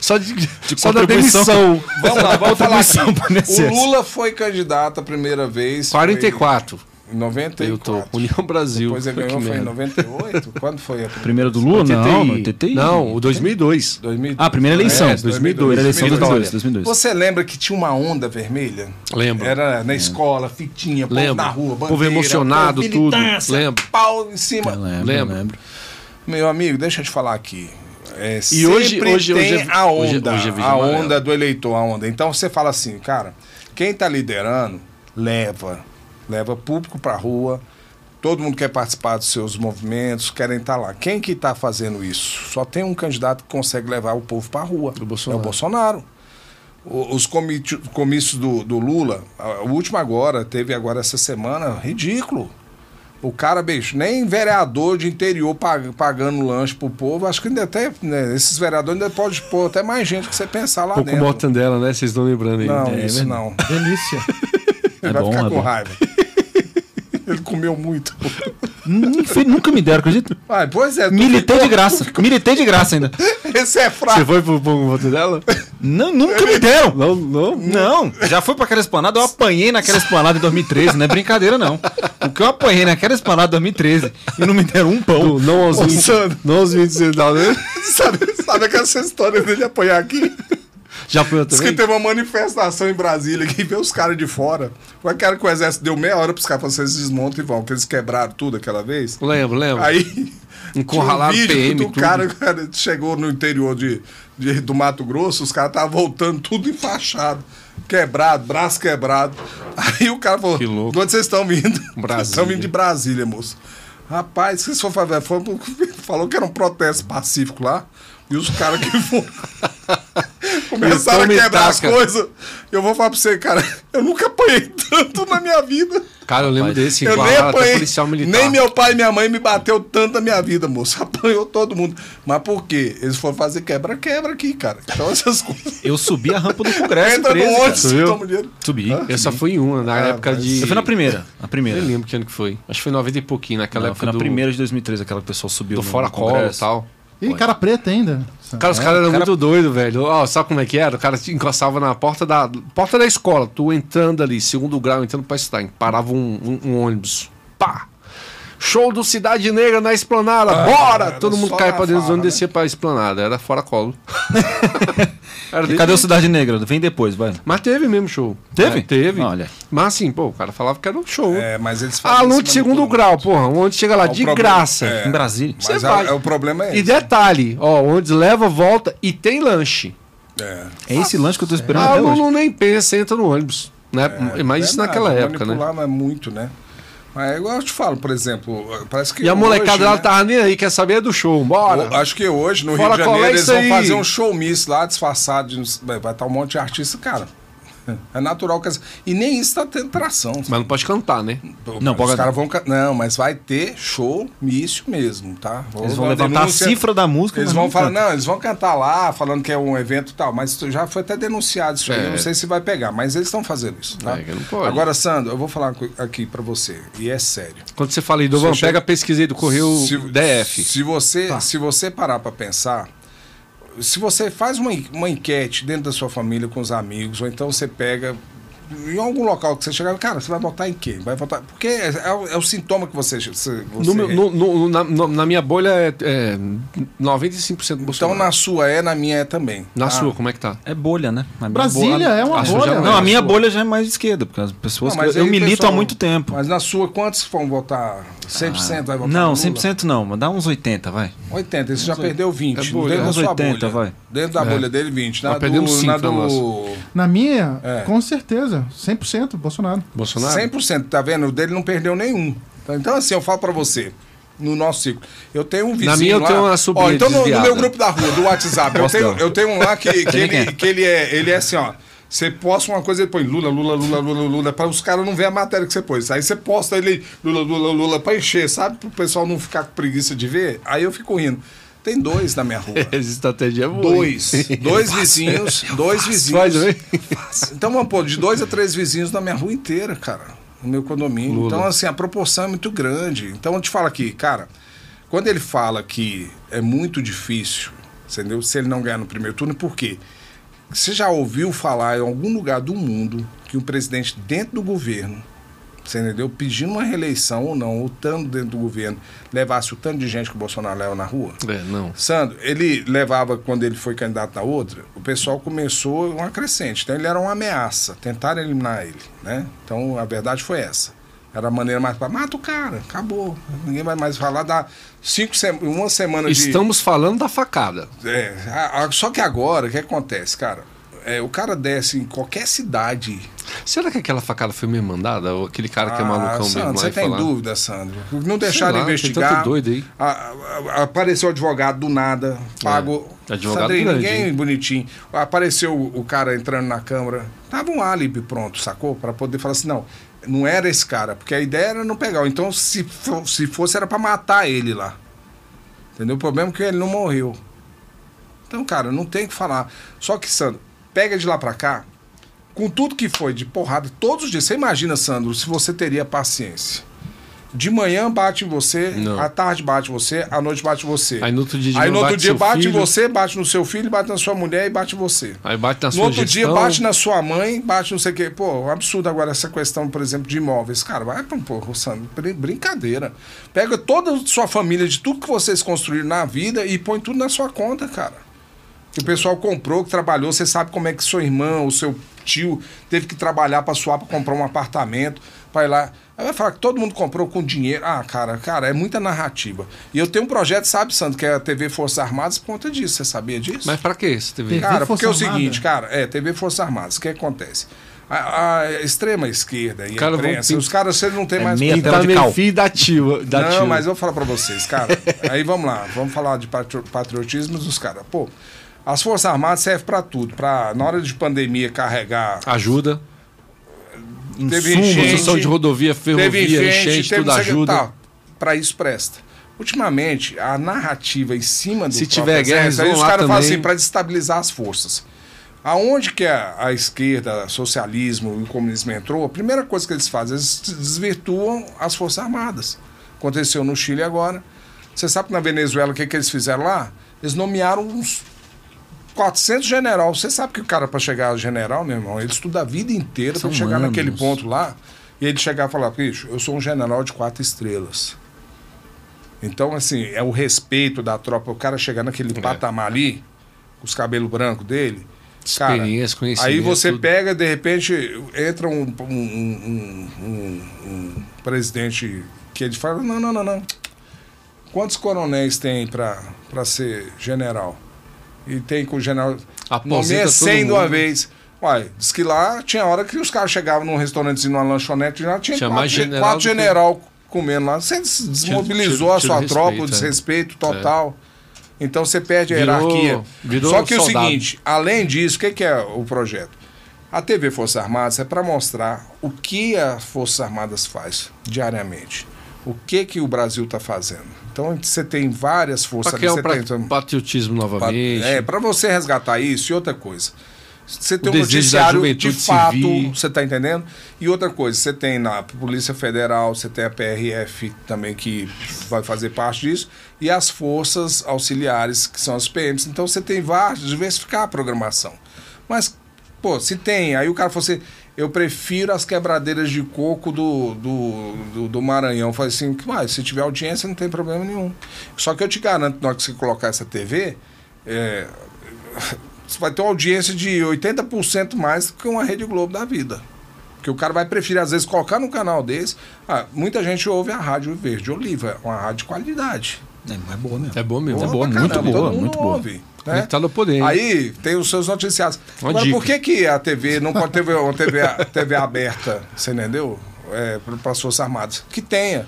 S2: só de, só da
S3: contribuição.
S2: demissão.
S5: Vamos lá, vamos falar aqui.
S3: Contribuição pro INSS.
S5: O Lula foi candidato a primeira vez. foi
S2: 44.
S5: Em 94.
S2: Eu tô. União Brasil.
S5: Depois ele
S2: Que
S5: ganhou, foi em
S2: merda.
S5: 98? Quando foi a primeira?
S3: Primeiro do Lula? Não,
S2: Não,
S3: não, TTI.
S2: um. Não, o 2002.
S5: 2002.
S3: Ah, primeira eleição.
S5: É,
S2: 2002.
S3: Primeira eleição 2002.
S2: Vitória.
S3: 2002.
S5: Você lembra que tinha uma onda vermelha?
S2: Lembro.
S5: Era na escola, fitinha, povo
S2: Lembro.
S5: na rua,
S2: Povo
S5: bandeira,
S2: emocionado,
S5: povo,
S2: tudo.
S5: militância,
S2: Lembro.
S5: Pau em cima.
S3: Eu lembro,
S2: Lembro.
S3: eu lembro.
S5: Meu amigo, deixa eu te falar aqui. É,
S2: E hoje-
S5: sempre
S2: hoje-
S5: tem
S2: hoje é-
S5: a
S2: hoje-
S5: onda,
S2: hoje é vídeo
S5: a
S2: amarelo.
S5: onda do eleitor, a onda. Então você fala assim, cara, quem tá liderando, leva. Leva público pra rua. Todo mundo quer participar dos seus movimentos, querem estar lá. Quem que tá fazendo isso? Só tem um candidato que consegue levar o povo pra rua.
S2: Bolsonaro.
S5: É o Bolsonaro. O- Os comício- comícios do, do Lula, a- o último agora, teve agora essa semana, ridículo. O cara, bicho, nem vereador de interior pag- pagando lanche pro povo, acho que ainda até, né, esses vereadores ainda podem pôr até mais gente que você pensar lá
S2: Pouco
S5: dentro.
S2: Mortandela, né? Vocês estão lembrando aí.
S5: Não,
S3: É
S5: isso
S3: verdade.
S5: não.
S4: Delícia.
S3: É
S5: Vai
S3: bom,
S5: ficar
S3: é
S5: com
S3: bom.
S5: raiva. Ele comeu muito.
S3: Hum, enfim, Nunca me deram, acredito.
S5: Ai, pois é, tu
S3: Militei de
S5: ficou-
S3: graça. Militei de graça ainda.
S5: Esse
S2: Você
S5: é fraco.
S2: foi pro Pouco Mortandela?
S3: Não, nunca me deram.
S2: Não, não.
S3: Não, já fui pra aquela esplanada, eu apanhei naquela esplanada em 2013, não é brincadeira não. O que eu apanhei naquela esplanada em 2013 e não me deram um pão.
S2: Não, não aos 20. Não aos 20 você dá, né?
S5: sabe, sabe aquela história dele apanhar aqui?
S2: Já foi eu
S5: Diz que
S2: também?
S5: teve uma manifestação em Brasília que vê os caras de fora. O cara que o exército deu meia hora pros caras falaram, vocês desmontam e vão, que eles quebraram tudo aquela vez.
S2: Lembro, lembro.
S5: Aí.
S2: Encurralaram
S5: tinha
S2: Um PM,
S5: do
S2: tudo.
S5: cara, cara chegou no interior de, de- do Mato Grosso, os caras estavam voltando tudo enfaixado, quebrado, braço quebrado. Aí o cara falou:
S2: Que louco.
S5: De onde vocês estão vindo?
S2: Brasília.
S5: Estão vindo de Brasília, moço. Rapaz, se for fazer, foi, falou que era um protesto pacífico lá. E os caras que foram. Começaram a
S2: Então me
S5: quebrar as
S2: taca.
S5: coisas. Eu vou falar pra você, cara, eu nunca apanhei tanto na minha vida.
S2: Cara, eu lembro desse.
S5: Eu nem
S2: Guarara, até
S5: apanhei.
S2: policial militar.
S5: Nem meu pai e minha mãe me bateu tanto na minha vida, moço. Apanhou todo mundo. Mas por quê? Eles foram fazer quebra-quebra aqui, cara. Então essas coisas.
S3: Eu subi a rampa do Congresso,
S5: Entra no
S3: 13, cara.
S5: ônibus,
S2: tu viu?
S5: toma dinheiro.
S3: Subi.
S2: Eu só fui em uma, na época
S5: mas-
S2: de.
S3: Eu fui na primeira, a
S2: Eu
S3: primeira.
S2: nem lembro que ano que foi. Acho que foi 90 e pouquinho, naquela
S3: Não,
S2: época.
S3: foi na
S2: do,
S3: primeira de 2013, aquela que o pessoal subiu
S2: Do
S3: no-
S2: Fora
S3: no
S2: Cola e
S3: Congresso.
S2: tal.
S4: E cara preta ainda.
S2: Cara,
S5: É,
S2: os caras eram muito doidos, velho. Ó, sabe como é que era? O cara te encostava na porta da porta da escola, tu entrando ali, segundo grau, entrando pra estudar. e Parava um, um- um ônibus. Pá! Show do Cidade Negra na esplanada, bora!
S5: Ah, era
S2: Todo mundo
S5: só
S2: caia
S5: na
S2: pra dentro do
S5: farra,
S2: ônibus e
S5: né?
S2: descia pra esplanada. Era fora colo. era
S3: E
S2: desse
S3: cadê o Cidade Negra? Vem depois, vai.
S2: Mas teve mesmo show.
S3: Teve?
S2: É, teve.
S3: Olha.
S2: Mas assim, pô, o cara falava que era um show.
S5: É, mas eles fazem
S2: Aluno
S5: isso,
S2: de
S5: mas
S2: segundo
S5: todo mundo.
S2: grau, porra. Onde chega lá,
S5: o
S2: de
S5: problema-
S2: graça.
S5: É.
S3: Em Brasília.
S2: Você
S5: Mas
S2: vai.
S5: a- o problema é
S2: E
S5: esse.
S2: detalhe, ó, onde leva, volta e tem lanche.
S5: É.
S3: É esse lanche que eu tô esperando
S2: Ah,
S3: até
S2: o
S3: hoje.
S2: aluno nem pensa, entra no ônibus. Né?
S5: É,
S2: Mas isso
S5: Verdade,
S2: naquela época, né?
S5: manipular não é muito, né? Mas é igual eu te falo, por exemplo, parece que.
S2: E a molecada
S5: hoje,
S2: lá tá
S5: né?
S2: tava nem aí, quer saber do show,
S5: Eu
S2: bora.
S5: Acho que hoje, no
S2: Fala,
S5: Rio de
S2: qual é
S5: Janeiro, eles
S2: isso
S5: vão
S2: aí?
S5: fazer um show miss lá, disfarçado. de- Vai vai estar um monte de artista, cara. É natural que. as- E nem isso tá tendo tração.
S2: Mas não pode cantar, né?
S5: Pô,
S3: Não,
S5: os
S3: pode-
S5: caras vão. ca- Não, mas vai ter show mício mesmo, tá?
S3: Eles
S5: uma
S3: vão levantar a
S5: denúncia-
S3: cifra da música.
S5: Eles
S3: mas
S5: vão
S3: não
S5: falar,
S3: canta.
S5: não, eles vão cantar lá, falando que é um evento e tal, mas isso já foi até denunciado isso aí,
S2: É.
S5: eu não sei se vai pegar, mas eles estão fazendo isso, tá?
S2: É, que não pode.
S5: Agora, Sandro, eu vou falar co- aqui pra você, e é sério.
S2: Quando você fala aí, Dovan,
S5: Se eu
S2: pega
S5: chego-
S2: a pesquisa aí do Correio DF.
S5: Se você, se você parar pra pensar, se você faz uma, en- uma enquete dentro da sua família, com os amigos, ou então você pega em algum local que você chegar, cara, você vai votar em quem? Vai votar. Porque é, é o, é o sintoma que você. você, você
S2: No meu- no- no- na, no- na minha bolha é, é 95%
S5: então,
S2: Bolsonaro.
S5: na sua é, na minha é também.
S2: na
S5: tá?
S2: sua, como é que tá?
S3: É bolha, né? A minha
S4: Brasília
S3: bolha-
S4: é uma
S2: Ah,
S4: bolha.
S2: já
S4: né?
S3: Não, a minha
S2: Sua.
S3: bolha já é mais de esquerda, porque as pessoas.
S5: Não, mas
S3: eu
S5: aí o
S3: milito
S5: pessoal-
S3: há muito tempo. Ah,
S5: Mas na sua, quantos vão votar? 100% vai votar?
S3: Não,
S5: no Lula?
S3: 100% não, mas dá uns 80, vai.
S5: 80, esse já perdeu 20.
S2: É
S5: dentro
S2: bolha.
S5: da
S3: Uns
S5: sua
S3: 80,
S5: bolha.
S3: vai.
S5: Dentro da
S2: É.
S5: bolha dele, 20. Na
S2: Nós perdemos
S5: do,
S2: cinco
S5: na
S2: na
S5: do...
S4: Na minha,
S5: É.
S4: com certeza. 100% Bolsonaro.
S2: Bolsonaro?
S5: 100%, tá vendo? O dele não perdeu nenhum. Tá? Então, assim, eu falo pra você. No nosso ciclo. Eu tenho um vizinho.
S2: minha eu
S5: lá-
S2: tenho uma sobrinha
S5: Ó, então, no- no,
S2: desviada.
S5: meu grupo da rua, do WhatsApp, eu,
S3: Gosto
S5: tenho,
S3: dela.
S5: eu tenho um lá que, que,
S3: nem quem é.
S5: ele, que ele, é, ele é assim, ó. Você posta uma coisa, ele põe Lula, Lula, Lula, Lula, Lula, para os caras não verem a matéria que você pôs. Aí você posta ele Lula, Lula, Lula, para encher, sabe? Para o pessoal não ficar com preguiça de ver. Aí eu fico rindo. Tem dois na minha rua.
S2: Essa estratégia é boa.
S5: Dois. Dois vizinhos. Dois
S2: É Faz,
S5: vizinhos.
S2: hein?
S5: Então, vamos pôr de dois a três vizinhos na minha rua inteira, cara. No meu condomínio.
S2: Lula.
S5: Então, assim, a proporção é muito grande. Então, eu te falo aqui, cara, quando ele fala que é muito difícil, entendeu? Se ele não ganhar no primeiro turno, por quê? Você já ouviu falar em algum lugar do mundo que um presidente dentro do governo, você entendeu? Pedindo uma reeleição ou não, ou estando dentro do governo, levasse o tanto de gente que o Bolsonaro leva na rua?
S2: É, não.
S5: Sandro, ele levava, quando ele foi candidato na outra, o pessoal começou uma crescente. Então ele era uma ameaça. Tentaram eliminar ele, né? Então a verdade foi essa. Era a maneira mais para mata o cara, acabou. Ninguém vai mais falar, dá cinco sema- uma semana de.
S2: Estamos falando da facada.
S5: É, a- a- só que agora, o que acontece, cara? É, o cara desce em qualquer cidade.
S2: Será que aquela facada foi mesmo mandada? Ou aquele cara que é
S5: Ah,
S2: malucão mesmo
S5: Sandro,
S2: lá
S5: você
S2: e
S5: tem
S2: falar?
S5: dúvida, Sandro? Não deixaram
S2: lá, tem
S5: investigar.
S2: tanto doido aí.
S5: A- a- a- apareceu advogado do nada, pago.
S2: É, advogado
S5: Sandrinho,
S2: grande,
S5: ninguém
S2: hein?
S5: bonitinho. Apareceu o o cara entrando na Câmara. Tava um álibi pronto, sacou? Pra poder falar assim, não, não era esse cara. Porque a ideia era não pegar. Então, se, fo- se fosse, era pra matar ele lá. Entendeu? O problema é que ele não morreu. Então, cara, não tem o que falar. Só que, Sandro, pega de lá pra cá, com tudo que foi de porrada todos os dias. Você imagina, Sandro, se você teria paciência. De manhã bate em você,
S2: Não.
S5: à tarde bate em você, à noite bate em você.
S2: Aí no outro dia de
S5: Aí no
S2: manhã
S5: outro
S2: bate
S5: dia
S2: seu
S5: bate em
S2: filho.
S5: você, bate no seu filho, bate na sua mulher e bate em você.
S2: Aí bate na
S5: No
S2: sua
S5: outro dia
S2: gestão.
S5: bate na sua mãe, bate não sei o quê. Pô, um absurdo agora essa questão, por exemplo, de imóveis. Cara, vai pra um pouco, Sandro. brin- Brincadeira. Pega toda a sua família, de tudo que vocês construíram na vida e põe tudo na sua conta, cara. Que o pessoal comprou, que trabalhou, você sabe como é que sua irmã ou seu tio teve que trabalhar para suar para comprar um apartamento, para ir lá. Aí vai falar que todo mundo comprou com dinheiro. Ah, cara, cara, é muita narrativa. E eu tenho um projeto, sabe, Sandro, que é a TV Forças Armadas por conta disso. Você sabia disso?
S2: Mas pra que esse TV?
S4: Tem- Força
S5: Cara, porque é o
S4: Armada?
S5: seguinte, cara, é, TV Forças Armadas, o que acontece? A, a extrema esquerda e a
S2: Cara, vão
S5: imprensa,
S2: pin-
S5: os caras, você não tem
S3: É
S5: mais...
S3: meia
S5: como-
S3: tela de cal.
S2: filho da tio. Da
S5: não,
S2: tio.
S5: mas eu vou falar pra vocês, cara. aí vamos lá, vamos falar de patri- patriotismo dos caras. Pô, as Forças Armadas servem pra tudo, pra, na hora de pandemia, carregar...
S2: Ajuda.
S5: Teve
S2: Construção de rodovia, ferrovia, enchente, tudo
S5: não sei o que-
S2: ajuda.
S5: Tá, pra isso presta. Ultimamente, a narrativa em cima do
S2: Se
S5: próprio
S2: tiver guerra, eles
S5: aí
S2: vão
S5: os
S2: lá
S5: caras falam
S2: também.
S5: assim, pra destabilizar as forças. Aonde que a, a esquerda, socialismo e o comunismo entrou, a primeira coisa que eles fazem, eles desvirtuam as Forças Armadas. Aconteceu no Chile agora. Você sabe que na Venezuela o que, que eles fizeram lá? Eles nomearam uns 400 general. Você sabe que o cara, para chegar a general, meu irmão, ele estuda a vida inteira para
S3: São
S5: chegar naquele
S3: anos.
S5: ponto lá. E ele chegar e falar, bicho, eu sou um general de quatro estrelas. Então, assim, é o respeito da tropa. O cara chegar naquele
S3: É.
S5: patamar ali, com os cabelos brancos dele. cara,
S2: Experiência, conhecimento,
S5: Aí você
S2: tudo.
S5: pega, de repente, entra um, um- um- um- um presidente que ele fala: não, não, não, não. Quantos coronéis tem para ser general? E tem com o general.
S2: Aposenta
S5: Nomeia
S2: todo
S5: 100 é de uma
S2: mundo.
S5: vez. Uai, diz que lá tinha hora que os caras chegavam num restaurantezinho, numa lanchonete, lá tinha,
S2: Tinha
S5: quatro,
S2: mais general
S5: general quatro
S2: do que-
S5: general comendo lá. Você des- desmobilizou a
S2: tira-
S5: sua
S2: tira o
S5: tropa,
S2: respeito,
S5: o
S2: é.
S5: desrespeito total. Então você perde a
S2: Virou-
S5: hierarquia.
S2: virou
S5: Só que é o
S2: soldado.
S5: seguinte, além disso, o que, que é o projeto? A TV Forças Armadas é para mostrar o que as Forças Armadas faz diariamente. O que que o Brasil está fazendo. Então você tem várias forças.
S2: Pra que é
S5: ali,
S2: o
S5: você
S2: pra-
S5: tem-
S2: patriotismo
S5: Pra-
S2: novamente.
S5: É, para você resgatar isso e outra coisa. Você tem
S2: O
S5: um
S2: desejo da
S5: noticiário de
S2: juventude
S5: fato,
S2: civil.
S5: você tá entendendo? E outra coisa, você tem na Polícia Federal, você tem a PRF também que vai fazer parte disso, e as forças auxiliares, que são as PMs. Então você tem vários, diversificar a programação. Mas, pô, se tem, aí o cara falou assim, eu prefiro as quebradeiras de coco do, do, do, do Maranhão. Eu falei assim, que mais? Se tiver audiência, não tem problema nenhum. Só que eu te garanto, na hora que você colocar essa TV, é, você vai ter uma audiência de 80% mais do que uma Rede Globo da vida. Porque o cara vai preferir, às vezes, colocar num canal desse. Ah, muita gente ouve a Rádio Verde Oliva, é uma rádio de qualidade.
S3: É, é boa mesmo.
S2: É boa mesmo. É boa,
S5: pra
S2: muito
S5: caramba,
S2: boa,
S5: todo mundo
S2: muito boa.
S5: ouve, né?
S2: Conectado ao poder. hein?
S5: Aí tem os seus noticiários.
S2: Uma
S5: Agora,
S2: dica.
S5: por que, que a TV não pode ter uma TV, a- TV aberta, você entendeu? É, Para as Forças Armadas. Que tenha.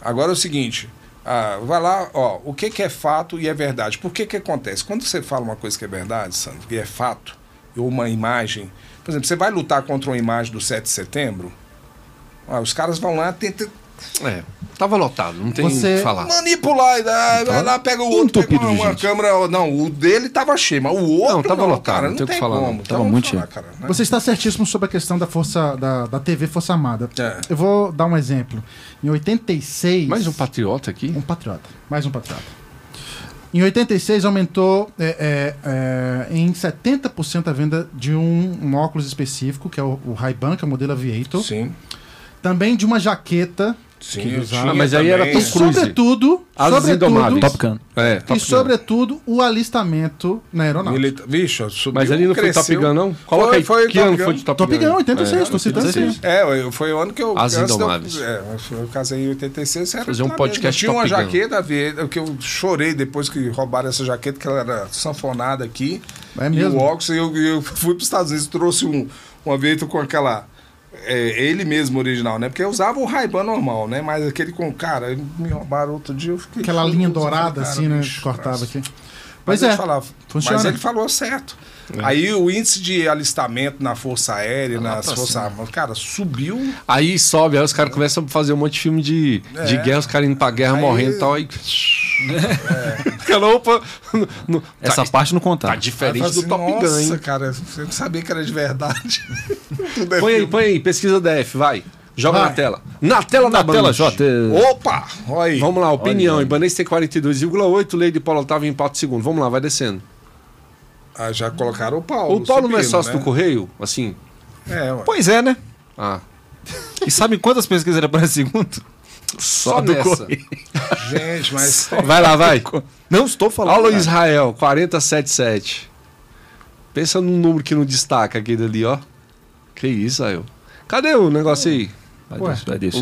S5: Agora é o seguinte. ah, vai lá, ó, o que, que é fato e é verdade. Por que, que acontece? Quando você fala uma coisa que é verdade, Sandro, e é fato, ou uma imagem, Por exemplo, você vai lutar contra uma imagem do 7 de setembro, ah, os caras vão lá, tentam
S2: É, tava lotado, não tem o
S4: Você-
S2: que falar.
S5: manipular, e dá-
S2: Então,
S5: vai lá, pega
S2: um
S5: o outro,
S3: entupido
S5: pega
S3: de
S5: uma
S3: gente.
S5: câmera. Não, o dele tava cheio, mas o outro.
S2: Não, tava lotado,
S5: cara,
S2: não tem o que falar, não.
S5: como,
S3: Tava
S5: então
S3: muito
S5: vamos falar, cara, né?
S4: Você está certíssimo sobre a questão da força da, da TV Força Armada.
S5: É.
S4: Eu vou dar um exemplo. Em 86.
S2: Mais um patriota aqui.
S4: Um patriota. Mais um patriota. Em 86 aumentou é, é, é, em 70% a venda de um, um óculos específico, que é o, o Ray-Ban, que é o modelo Aviator.
S5: Sim,
S4: Também de uma jaqueta.
S5: sim.
S4: Que
S5: eu
S4: usava.
S5: tinha
S2: Mas aí era
S5: também.
S4: E
S2: Tom Cruise.
S4: sobretudo,
S2: Asas
S4: sobretudo,
S2: Indomáveis.
S3: Top Gun.
S2: É,
S4: e sobretudo o alistamento na aeronáutica.
S5: Milita... Vixe, ó, subiu,
S2: Mas ali não foi
S5: cresceu.
S2: Top Gun, não? Coloca
S5: Foi,
S2: aí,
S5: foi
S2: que
S5: Top
S2: ano
S5: Gun.
S2: foi de Top,
S4: Top Gun, 86, tô citando aqui.
S5: É, eu- foi o ano que eu.
S2: As
S5: antes de eu-
S2: Indomáveis.
S5: é, eu casei em 86. Era
S2: Fazer um
S5: lá
S2: podcast
S5: mesmo. Eu Tinha uma
S2: Top Gun.
S5: jaqueta verde, que eu chorei depois que roubaram essa jaqueta, que ela era sanfonada aqui.
S4: É mesmo?
S5: E o óculos, e eu, eu fui para os Estados Unidos trouxe um, um aviator com aquela. é, ele mesmo original, né? Porque eu usava o Ray-Ban normal, né? Mas aquele com. Cara, me roubaram outro dia, eu fiquei.
S4: Aquela linha
S5: choroso,
S4: dourada,
S5: cara,
S4: assim, né?
S5: bicho,
S4: Cortava aqui.
S5: mas
S4: Pois
S5: ele
S4: é.
S5: falava-
S4: funciona.
S5: Mas ele falou certo.
S2: É.
S5: Aí o índice de alistamento na Força
S2: Tá
S5: Aérea, nas Forças Armadas, cara, subiu.
S2: Aí sobe, aí os caras começam a fazer um monte de filme de, de
S5: É.
S2: guerra, os caras indo pra guerra,
S5: Aí-
S2: morrendo e tal. Aí. É. Aquela opa. no-
S3: Essa
S2: tá,
S3: parte não contava.
S2: tá diferente
S5: Aí eu
S2: do
S5: falei
S2: Top Gun,
S5: assim, Ah, Nossa,
S2: hein?
S5: cara, você não sabia que era de verdade. Tudo é
S2: Põe aí,
S5: filme.
S2: põe aí, pesquisa DF, vai. Joga
S4: Vai.
S2: na tela. Na tela da
S3: Na tela,
S2: Band.
S3: Jota.
S5: Opa! Olha aí.
S2: Vamos lá, opinião. Ibanez tem 42,8, Lei de Paulo Otávio empate segundo. Vamos lá, vai descendo.
S5: Ah, já colocaram o Paulo.
S2: O Paulo não é
S5: subindo,
S2: sócio
S5: né?
S2: do Correio? Assim.
S5: É, ué.
S3: Pois é, né?
S2: Ah.
S3: E sabe quantas pesquisas era para segundo?
S2: Só,
S3: do
S2: nessa.
S3: Correio.
S5: gente, mas.
S2: Vai lá, vai.
S3: Não estou falando.
S2: Olha o
S3: Olha
S2: Israel, 4077. Pensa num número que não destaca aquele ali, ó. Que isso, Israel. Cadê o negócio aí?
S4: Ué,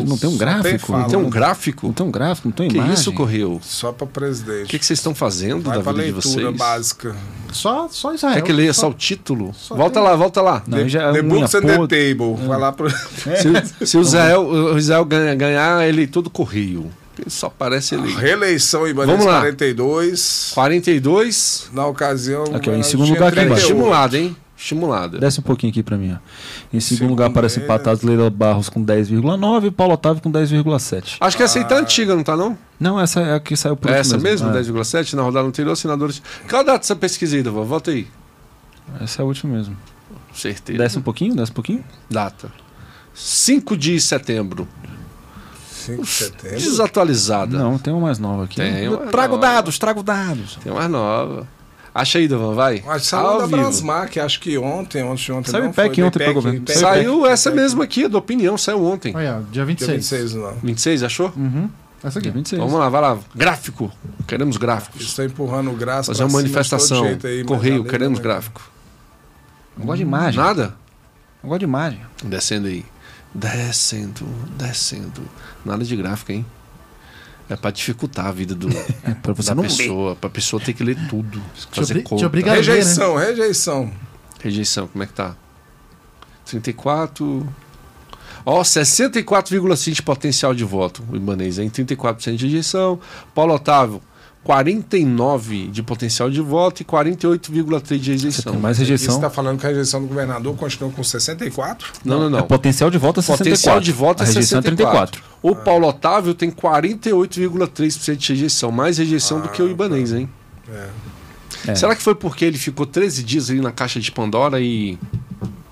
S3: Não tem um gráfico?
S5: fala.
S3: Não tem
S2: Tem um
S3: um,
S2: gráfico?
S3: não tem um gráfico, não tem
S2: Que
S3: imagem.
S2: isso, Correio?
S5: Só pra
S2: O que
S5: presidente.
S2: que vocês estão fazendo
S5: Vai
S2: da
S5: pra
S2: vida de
S5: leitura
S2: vocês?
S5: básica.
S4: Só, só Israel.
S2: Quer É, que leia
S4: É, Só-
S2: só o título?
S4: só
S2: volta
S4: tem- um.
S2: lá, volta lá.
S3: Não, já é
S5: the
S3: um
S5: Books and the
S3: apodo.
S5: Table.
S2: Hum.
S5: Vai lá pro.
S2: Se,
S3: é
S2: o- se o Israel, o Israel ganha- ganhar, ele é todo Correio. Ele só aparece ele.
S5: Reeleição Ibanez
S2: Vamos lá.
S5: 42.
S2: 42.
S5: Na ocasião.
S3: Aqui, ó, em
S5: ela
S3: segundo
S5: tinha
S3: lugar aqui embaixo.
S5: 38.
S2: Estimulada, hein? Estimulada.
S3: Desce um pouquinho aqui pra mim. Ó. Em segundo
S5: Segundo
S3: lugar aparecem
S2: é.
S5: ele.
S3: empatados Leila Barros com 10,9 e Paulo Otávio com 10,7.
S2: Acho que essa aí tá antiga, não tá não?
S3: Não, essa é a que saiu Ah. por
S2: É
S3: último
S2: essa mesmo,
S3: É,
S2: 10,7 na rodada anterior, senadores. Qual a data dessa pesquisa aí, Davan? Volta aí.
S3: Essa é a última mesmo.
S2: Certeza.
S3: Desce um pouquinho, desce um pouquinho.
S2: Data. 5 de setembro.
S5: 5 de setembro.
S2: Desatualizada.
S3: É Não, tem uma mais nova aqui.
S2: Tem uma
S3: trago
S2: nova.
S3: dados, trago dados.
S2: Tem mais nova. Acha aí, Davan, vai.
S5: Mas saiu
S2: Ao
S5: da
S2: vivo.
S5: Brasmar, que acho que ontem, ontem, de ontem.
S3: Saiu
S5: não,
S3: em PEC
S5: foi né?
S3: ontem
S5: PEC,
S3: pra governo.
S5: PEC,
S2: Saiu
S5: PEC,
S2: essa
S5: PEC.
S2: mesma aqui, é da opinião, saiu ontem.
S4: Aí, ó, dia 26.
S5: Dia 26, não.
S2: 26, achou?
S4: Essa aqui.
S3: Dia 26.
S2: Vamos lá, vai lá. Gráfico. Queremos gráficos.
S5: Estou empurrando o graça.
S2: Fazer uma
S5: pra cima de todo
S2: manifestação.
S5: jeito aí, mas
S2: Correio,
S5: valeu,
S2: queremos
S5: né?
S2: gráfico.
S3: Não gosto de imagem.
S2: Nada?
S3: Não gosto de imagem.
S2: Descendo aí. Descendo, descendo. Nada de gráfico, hein? É pra dificultar a vida do,
S3: É, pra você
S2: da
S3: não ler.
S2: pessoa. Pra pessoa ter que ler tudo. Fazer
S4: obri- te
S2: conta.
S4: obriga a-
S5: Rejeição, rejeição.
S2: Rejeição, como é que tá? 34. Ó, 64,5% de potencial de voto. O Ibanez, hein? 34% de rejeição. Paulo Otávio, 49% de potencial de voto e 48,3% de
S3: Você
S2: rejeição.
S3: tem mais
S5: Você
S3: rejeição.
S5: está tá falando que a rejeição do governador continua com 64?
S2: Não, não,
S3: É
S2: não.
S3: potencial de voto é 64.
S2: Potencial de voto
S3: a
S2: é
S3: rejeição
S2: 64.
S3: 34.
S2: O Paulo Otávio tem 48,3% de rejeição. Mais rejeição do que o Ibanez, hein?
S3: É.
S2: Será que foi porque ele ficou 13 dias ali na caixa de Pandora e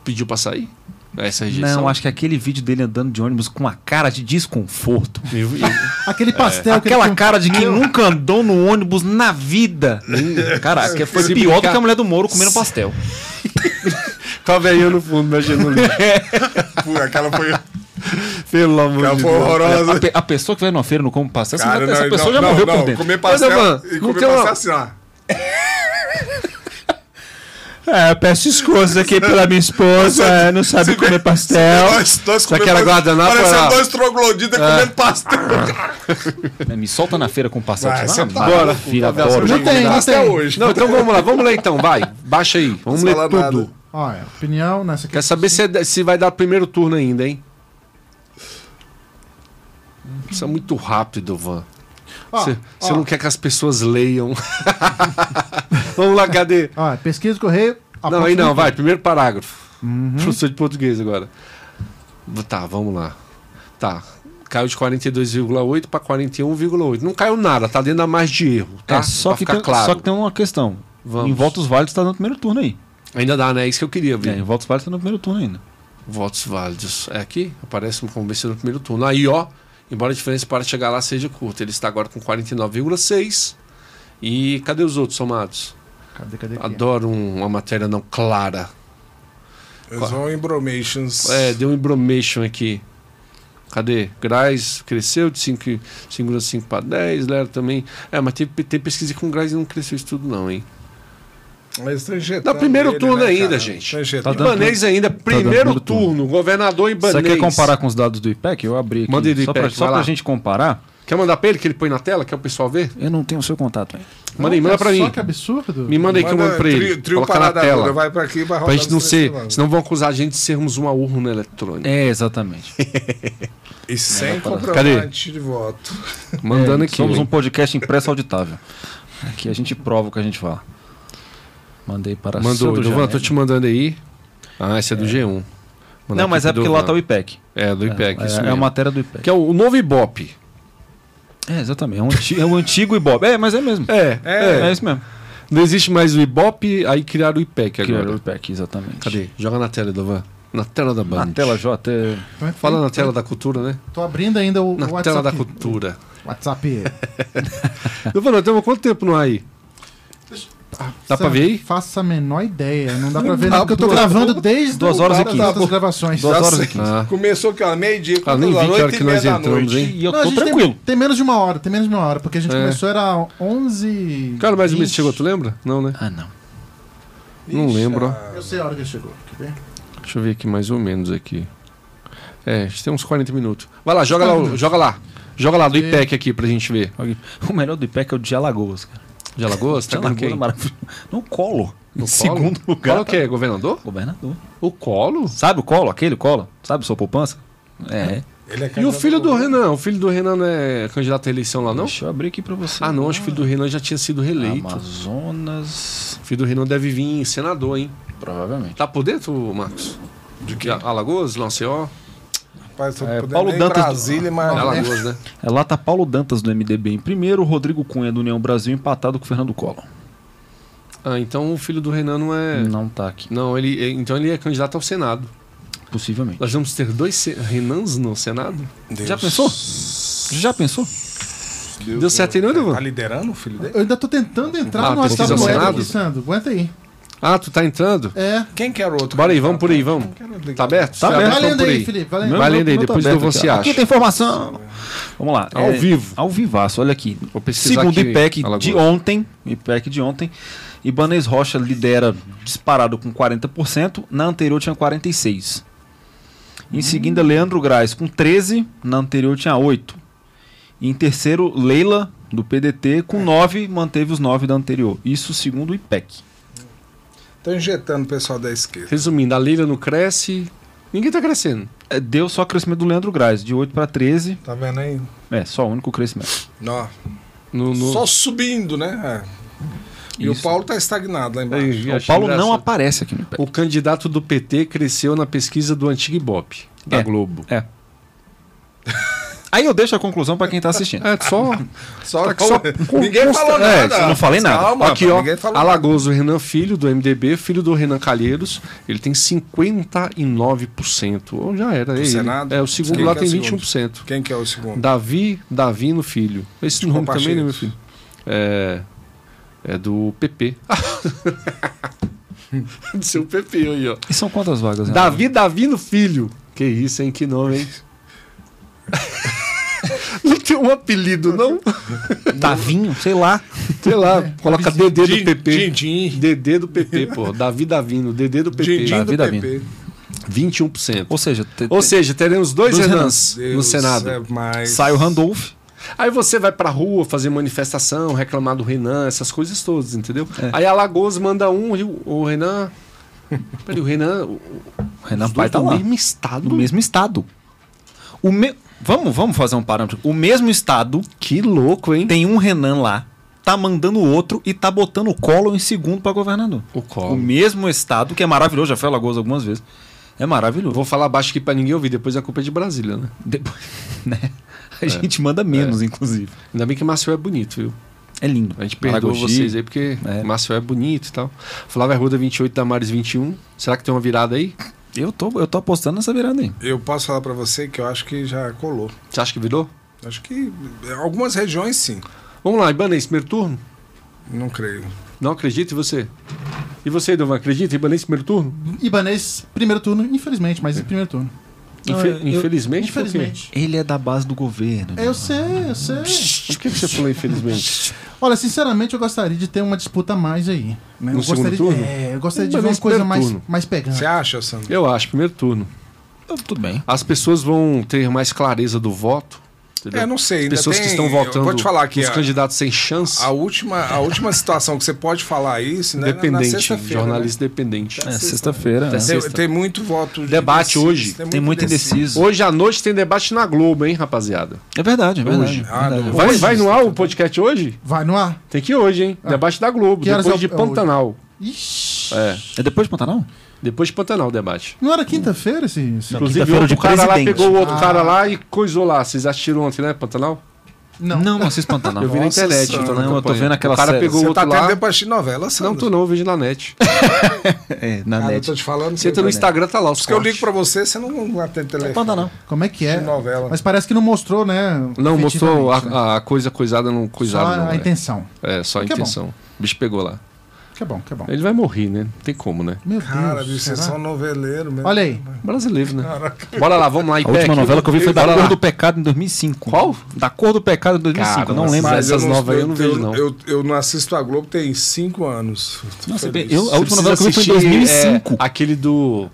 S2: pediu pra sair? Essa rejeição?
S3: Não, acho que aquele vídeo dele andando de ônibus com a cara de desconforto.
S4: Aquele
S2: É.
S4: pastel que ele um
S3: Aquela
S4: com-
S3: cara de quem nunca andou no ônibus na vida. Hum, Caraca, que foi
S2: Se
S3: pior
S2: brincar-
S3: do que a mulher do Moro comendo pastel.
S2: Tá velhinho no fundo, mexendo no lixo.
S5: Pô, Aquela foi.
S2: Pelo amor
S5: Aquela
S2: de
S5: foi
S2: Deus.
S3: A,
S5: horrorosa.
S3: pe- a pessoa que vai numa feira e não come pastel, você
S5: Cara,
S3: não- essa
S5: não,
S3: pessoa
S5: não,
S3: já
S5: não,
S3: morreu
S5: não,
S3: por dentro.
S5: Comer pastel
S2: Mas, Evan,
S5: e
S2: não
S5: comer
S2: tem uma-
S5: pastel assim, ó.
S3: É, peço escusas aqui pela minha esposa, é, não sabe comer pastel.
S5: Dois, dois
S2: Só É, que era guardanapo, É.
S5: Parecendo
S2: era-
S5: um dois trogloditas comendo pastel.
S3: Me solta na feira com pastel.
S5: Vai,
S3: Ah,
S5: você tá
S3: maravilha, adoro.
S4: Não tem, não
S5: Até
S4: tem.
S5: hoje.
S2: Não, um então vamos lá, vamos ler então, vai. Baixa aí, vamos
S5: Não
S2: ler
S5: fala
S2: tudo.
S5: nada.
S4: Olha, opinião nessa aqui.
S2: Quer saber se, é- se vai dar primeiro turno ainda, hein? Isso é muito rápido, Van.
S3: Ah,
S4: Ó,
S2: Você
S4: ó,
S2: você não quer que as pessoas leiam. vamos lá, cadê?
S4: ó, pesquisa do correio.
S2: Não, aí não, vai, primeiro parágrafo.
S3: Uhum.
S2: Professor de português agora. Tá, vamos lá. Tá. Caiu de 42,8 para 41,8. Não caiu nada, tá dentro da margem de erro, tá?
S3: É, só,
S2: Pra
S3: que
S2: ficar
S3: tem,
S2: claro.
S3: só que tem uma questão.
S2: Vamos.
S3: Em Volta os Válidos tá no primeiro turno aí.
S2: Ainda dá, né? É isso que eu queria
S3: É,
S2: ver.
S3: em Volta os Válidos tá no primeiro turno ainda.
S2: Votos válidos. É aqui, aparece como vencedor no primeiro turno. Aí, ó, embora a diferença para chegar lá seja curta, ele está agora com 49,6. E cadê os outros somados?
S4: Cadê, cadê? aqui?
S2: Adoro um- uma matéria não clara.
S5: Eles vão em bromations.
S2: É, deu um embromation aqui. Cadê? Graz cresceu de 5 5,5 para 10, Lero também. É, mas tem, tem pesquisa com Graz e não cresceu isso tudo, não, hein?
S5: Mas tá
S2: Dá
S5: injetando
S2: primeiro
S5: ele,
S2: turno
S5: né,
S2: ainda,
S5: cara?
S2: gente.
S5: Tá
S3: Tá
S5: injetando.
S3: dando-
S2: Ibanês ainda, primeiro
S3: primeiro turno.
S2: turno, governador
S3: Você
S2: Ibanês.
S3: quer comparar com os dados do IPEC? Eu abri aqui.
S2: Manda ele do
S3: só pra,
S2: IPEC,
S3: só
S2: vai
S3: pra
S2: lá.
S3: gente comparar.
S2: Quer mandar pra ele que ele põe na tela, quer o pessoal ver?
S3: Eu não tenho o seu contato ainda.
S2: Manda aí,
S3: é
S2: manda pra
S4: Só
S2: mim.
S4: que absurdo.
S2: Me manda aí que eu mando pra ele.
S5: Trio, trio
S2: Coloca na
S5: parada
S2: tela.
S5: dura, vai pra aqui e vai
S2: Pra
S5: rodar
S2: gente não
S5: os
S2: ser.
S5: três lados.
S2: Senão vão acusar a gente de sermos um uma urna eletrônica.
S3: É, exatamente.
S5: E sem
S2: Cadê?
S5: comprovante de voto.
S2: Mandando
S3: É,
S2: aqui.
S3: Somos
S2: hein?
S3: um podcast impresso auditável. Aqui a gente prova o que a gente fala. Mandei para
S2: Mandou,
S3: Sandro
S2: Dovan,
S3: Janelli.
S2: tô te mandando aí. Ah, esse é do G1. Mandar
S3: Não, mas
S2: aqui
S3: é
S2: pro
S3: porque lá tá
S2: Dovan.
S3: o IPEC.
S2: É, do IPEC.
S3: é,
S2: isso
S3: é a
S2: mesmo.
S3: matéria do IPEC.
S2: Que é o o novo Ibope.
S3: É, exatamente. É um antigo, é um antigo Ibope. É, mas é mesmo.
S2: É,
S3: É,
S2: é,
S3: isso mesmo.
S2: Não existe mais o Ibope, aí criaram o IPEC
S3: Que era o
S2: agora.
S3: IPEC, exatamente.
S2: Cadê? Joga na tela, Dovan. Na tela da
S3: Na
S2: Band.
S3: tela J. é-
S4: Como é que
S2: Fala
S4: foi?
S2: na tela da cultura, né?
S4: Tô abrindo ainda o,
S2: Na
S4: o WhatsApp.
S2: tela da cultura.
S4: WhatsApp.
S2: Dovan, nós temos quanto tempo no ar aí? Dá pra
S4: Sam,
S2: ver aí?
S4: Faça a menor ideia. Não dá pra ver,
S5: dá
S4: não, porque eu tô
S5: duas-
S4: gravando desde
S3: duas horas e
S4: das
S3: quinze.
S4: outras gravações. Tá
S3: Duas
S5: Já
S3: horas
S5: sei.
S3: e quinze.
S2: Ah,
S5: Começou que ó, meio-dia,
S2: ah, nem vi que hora que nós entramos, hein?
S3: E eu
S4: Não, a
S3: tô
S4: gente tem-
S3: tranquilo.
S4: Tem, menos de uma hora, tem menos de uma hora, porque a gente
S2: É.
S4: começou era 11.
S2: Cara, mais um mês
S4: 20.
S2: chegou, tu lembra? Não, né?
S3: Ah, não.
S2: Não lembro, ó.
S5: ah,
S4: Eu sei a hora que ele chegou. Quer ver?
S2: Deixa eu ver aqui mais ou menos aqui. É, a gente tem uns 40 minutos. Vai lá, joga lá, o- joga lá. Joga lá do IPEC aqui pra gente ver.
S3: Alguém- O melhor do IPEC é o de Alagoas, cara.
S2: De Alagoas, tá
S3: De
S2: com
S3: Alagoas é
S2: quem?
S3: maravilhoso. Não, Colo.
S2: No
S3: em
S2: Colo?
S3: segundo lugar.
S2: Colo o quê? Governador?
S3: Governador.
S2: O Colo?
S3: Sabe o Colo? Aquele Colo? Sabe sua poupança? É.
S5: Ele é
S2: E o
S5: candidato
S2: filho do Renan? O filho do Renan não é candidato à eleição lá, não?
S3: Deixa eu abrir aqui pra você.
S2: Ah, não, acho que o filho do Renan já tinha
S3: Ah,
S2: sido
S3: é
S2: reeleito.
S3: Amazonas.
S2: O filho do Renan deve vir senador, hein?
S3: Provavelmente.
S2: Tá por dentro, Marcos? De que? Alagoas, Lanceó?
S5: Rapaz, tô
S3: É,
S5: podendo
S3: Paulo
S5: nem
S3: Dantas do-
S5: Brasília,
S2: É
S5: mas...
S2: Alagoas, né?
S3: É, lá tá Paulo Dantas do MDB em primeiro, Rodrigo Cunha do União Brasil empatado com o Fernando Collor.
S2: Ah, então o filho do Renan não é...
S3: Não tá aqui,
S2: Não, ele, então ele é candidato ao Senado.
S3: possivelmente.
S2: Nós vamos ter dois Se- Renans no Senado?
S5: Deus.
S3: Já pensou? Já pensou?
S5: Deus
S2: Deu certo aí, não,
S5: Tá
S2: Duvan?
S5: liderando o filho dele?
S4: Eu ainda tô tentando entrar
S2: Ah,
S4: no
S2: pesquisa
S4: WhatsApp do
S2: ao
S4: Ed
S2: Senado?
S4: aqui, Sandro. Aguenta aí.
S2: Ah, tu tá entrando?
S4: É.
S5: Quem que era o outro?
S2: Bora aí, vamos por aí, vamos.
S5: Quero ligar.
S2: Tá aberto?
S3: Tá
S2: Tá
S3: aberto.
S2: aberto,
S4: Vai
S2: vamos
S4: lendo
S2: por
S4: aí,
S2: aí.
S4: Felipe. Vai lendo.
S2: Meu- Vai lendo aí,
S3: tá
S2: depois
S3: aberto
S2: do
S3: aqui, ó.
S2: você acha.
S3: Aqui tem informação. Vamos lá. é,
S2: Ao vivo.
S3: Ao vivaço, olha aqui.
S2: Vou pesquisar
S3: Segundo o
S2: aqui,
S3: IPEC
S2: Alagoas.
S3: de ontem, IPEC de ontem, Ibanez Rocha lidera disparado com 40%, na anterior tinha 46%. Em seguida, Leandro Graz com 13%, na anterior tinha 8%. E em terceiro, Leila, do PDT, com 9%, manteve os 9% da anterior. Isso segundo o IPEC.
S5: Estão injetando o pessoal da esquerda.
S2: Resumindo, a Leila não cresce. Ninguém tá crescendo.
S3: É, Deu só crescimento do Leandro Graz, de 8% para 13%.
S5: Tá vendo aí?
S3: É, só o único crescimento.
S5: Nó.
S2: No, no...
S5: Só subindo, né? É. E
S3: Isso.
S5: o Paulo tá estagnado lá embaixo.
S2: Aí,
S3: O
S2: achei
S3: Paulo não
S2: engraçado.
S3: aparece aqui né? no IPEC.
S2: O candidato do PT cresceu na pesquisa do antigo Ibope, da
S3: É.
S2: Globo.
S3: É. Aí eu deixo a conclusão pra quem tá assistindo.
S2: É, só.
S5: Só,
S2: que só-
S5: ninguém falou
S2: É,
S5: nada.
S3: eu não falei nada.
S5: Calma,
S2: Aqui, ó.
S5: Ninguém falou nada.
S2: Alagoas, o Renan Filho, do MDB, filho do Renan Calheiros. Ele tem 59%. Ou já era. é ele.
S5: Senado?
S2: É, o segundo
S5: Quem
S2: lá
S5: que é
S2: tem
S5: o segundo?
S2: 21%.
S5: Quem que é o segundo?
S2: Davi, Davi no filho. Esse nome também, né, meu
S5: Compartilhos.
S2: filho? É. É do PP. do seu PP aí, ó.
S3: E são quantas vagas? Renan?
S2: Davi, Davi no filho. Que isso, hein? Que nome, hein? não tem um apelido, não?
S3: Davinho, sei lá.
S2: Sei lá, coloca DD do
S5: Din-
S2: PP.
S5: Dindim.
S2: DD do PP, pô. Davi Davino, DD do PP.
S5: Dindim do
S3: Davi, Davi.
S5: PP.
S2: 21%.
S3: Ou seja, te-
S2: Ou
S3: te-
S2: seja, teremos dois
S3: Dois
S2: Renans no
S5: Deus
S2: Senado.
S5: É mais...
S3: sai o Randolph.
S2: Aí você vai pra rua fazer manifestação, reclamar do Renan, essas coisas todas, entendeu?
S3: É.
S2: Aí Alagoas manda um, e o- o Renan. Peraí, o Renan. o-
S3: O Renan
S2: os
S3: vai
S2: dois
S3: tá
S2: do
S3: lá.
S2: mesmo estado.
S3: Do mesmo estado. O me... Vamos, vamos fazer um parâmetro. O mesmo estado
S2: Que louco, hein?
S3: tem um Renan lá tá mandando o outro e tá botando o Collor em segundo para governador.
S2: O
S3: O
S2: colo.
S3: mesmo estado, que é maravilhoso, já foi a Alagoas algumas vezes. É maravilhoso.
S2: Vou falar baixo aqui pra ninguém ouvir, depois a culpa é de Brasília, né?
S3: Depois, né? A gente manda menos, inclusive.
S2: Ainda bem que Marcel é bonito, viu?
S3: É lindo.
S2: A gente perdoa
S3: Maragogi.
S2: vocês aí, porque
S3: É.
S2: Marcel é bonito e tal. Flávia Ruda 28, Damares 21. Será que tem uma virada aí?
S3: Eu tô, eu tô apostando nessa virada aí.
S5: Eu posso falar pra você que eu acho que já colou.
S2: Você acha que virou?
S5: Acho que eh, algumas regiões sim.
S2: Vamos lá, Ibanez, primeiro turno?
S5: Não creio.
S2: Não acredito em você. E você, Dovan, acredita? em Ibanez, primeiro turno?
S4: Ibanês, primeiro turno, infelizmente, mas em primeiro turno.
S3: Não,
S2: Infe-
S3: eu- eu-
S2: Infelizmente, É. por quê?
S4: Infelizmente. É,
S3: Ele é da base do governo.
S4: Eu sei, eu sei.
S2: Por que que você falou infelizmente?
S4: Olha, sinceramente, eu gostaria de ter uma disputa a mais aí. né? Eu
S2: No segundo
S4: gostaria,
S2: turno?
S4: É, eu gostaria de
S2: Mas
S4: ver uma
S2: nesse
S4: coisa
S2: primeiro
S4: mais,
S2: turno.
S4: mais pegante.
S5: Você acha, Sandro?
S2: Eu acho, primeiro turno.
S3: Então, Tudo bem.
S2: As pessoas vão ter mais clareza do voto. entendeu?
S5: É, não sei. Ainda
S2: Pessoas
S5: tem,
S2: que estão
S5: Eu
S2: votando,
S5: vou te falar que
S2: os
S5: a,
S2: candidatos sem chance,
S5: a última, a última situação que você pode falar isso, né? na- Na
S2: independente,
S5: sexta-feira.
S2: jornalista independente.
S3: É, sexta-feira.
S2: Tá
S3: é.
S5: Né? Tem,
S2: Sexta.
S5: tem muito voto. de
S2: Debate
S5: indeciso,
S2: hoje.
S3: Tem muito indeciso.
S2: Hoje à noite tem debate na Globo, hein, rapaziada?
S3: É verdade, é verdade.
S2: Hoje.
S3: é
S5: Ah,
S3: verdade.
S5: não.
S2: Vai, vai no ar o podcast hoje?
S4: Vai no ar.
S2: Tem que ir hoje,
S3: Ah.
S2: hein? Debate da Globo,
S4: Que horas
S2: depois
S4: é
S2: de
S4: o- é hoje?
S2: Pantanal.
S4: Ixi.
S2: É,
S3: É depois de Pantanal?
S2: depois de Pantanal o debate.
S4: Não era quinta-feira esse. esse-
S2: Inclusive,
S3: quinta-feira
S2: outro
S3: de
S2: cara lá
S3: presidente.
S2: pegou o outro
S4: Ah.
S2: cara lá e coisou lá. Vocês assistiram ontem, né, Pantanal?
S4: Não.
S3: Não, não assisto Pantanal.
S2: Eu vi na
S5: Nossa
S2: internet. eu tô na
S3: Não, eu tô
S2: campanha.
S3: vendo aquela
S2: O cara
S3: série.
S2: pegou o
S5: Você tá
S2: outro
S5: tendo
S2: lá.
S5: tempo pra assistir novela, Sandro?
S2: Não, tô não, eu vejo na net.
S3: É, na
S5: Cara, eu
S3: net.
S5: tô te falando.
S2: Você entra no
S5: não
S2: Instagram, tá lá os
S5: Porque eu ligo
S2: cortes.
S5: pra você, você não atende telefone.
S3: Pantanal.
S4: Como é que é?
S5: De novela.
S4: Mas parece que não mostrou, né?
S2: Não, mostrou a,
S4: efetivamente, né?
S2: a coisa coisada, não coisada.
S4: Só
S2: não,
S4: a
S2: é.
S4: intenção.
S2: É, só a
S4: Que é bom.
S2: intenção. O bicho pegou lá.
S4: Que bom, que bom.
S2: Ele vai morrer, né? Não tem como, né?
S4: Meu
S5: Cara, bicho,
S4: Deus.
S5: vocês
S4: será?
S5: são um noveleiro mesmo.
S4: Olha aí.
S2: Brasileiro, né? Bora lá, vamos lá,
S3: A última novela que eu vi foi Da Cor do Pecado em 2005.
S2: Qual?
S3: Da Cor do Pecado em 2005.
S2: Cara,
S3: não
S2: mas-
S3: lembro.
S5: Mas eu
S2: essas
S5: não-
S2: novas aí eu não vejo, não.
S5: Eu, eu não assisto a Globo tem cinco anos. Tô
S3: Nossa,
S5: feliz.
S3: eu- a última
S2: Você
S3: novela que eu vi foi em
S2: precisa assistir,
S3: 2005.
S2: é, aquele do.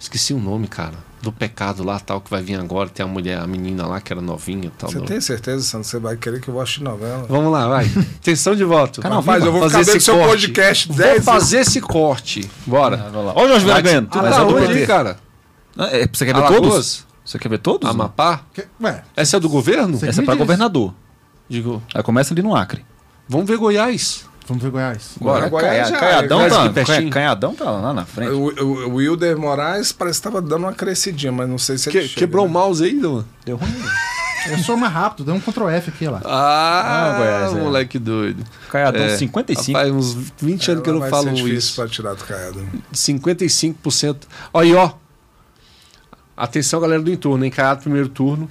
S2: Esqueci o nome, cara. Do pecado lá, tal, que vai vir agora. Tem a mulher, a menina lá que era novinha e tal.
S5: Você
S2: não.
S5: tem certeza, Sandro? Você vai querer que eu vou assistir novela?
S2: Vamos lá, vai. Tensão de voto.
S3: Canal
S2: Vai,
S5: Mas eu vou
S2: fazer
S5: ficar vendo
S2: esse
S5: seu
S2: corte.
S5: podcast
S2: Vou
S5: 10
S2: fazer esse corte. Bora.
S3: Ah, Olha o Jorge Vera ganhando.
S2: Tu tá
S3: Mas é do
S2: onde,
S3: PT.
S2: hein, cara?
S3: Ah, é, você quer ver todos?
S2: Alagoas?
S3: Você quer ver todos? né?
S2: Amapá?
S4: Que- Ué,
S2: Essa é do governo?
S4: Sim.
S3: Essa é pra governador.
S2: Digo,
S3: Aí começa ali no Acre.
S2: vamos ver Goiás.
S4: vamos ver é Goiás.
S5: Bora, Goiás já-
S3: Canhadão,
S2: Goiás
S3: tá,
S2: aqui pertinho.
S3: Canha- Canhadão tá lá na frente.
S5: O, o, o Wilder Moraes parece que tava dando uma crescidinha, mas não sei se ele
S2: Que-
S5: chega,
S2: quebrou o
S5: né?
S2: mouse aí, mano?
S3: Deu ruim.
S4: Eu sou mais rápido, dá um Ctrl F aqui lá.
S2: Ah,
S3: Ah, Goiás, é. Ah,
S2: moleque doido.
S3: Canhadão
S2: É,
S3: 55.
S2: Faz uns 20 anos que eu
S5: Vai
S2: não
S5: ser
S2: falo
S5: É, difícil
S2: isso.
S5: pra tirar do caiado.
S2: 55%. Olha aí, ó. Atenção, galera do entorno, hein? Caiado primeiro turno.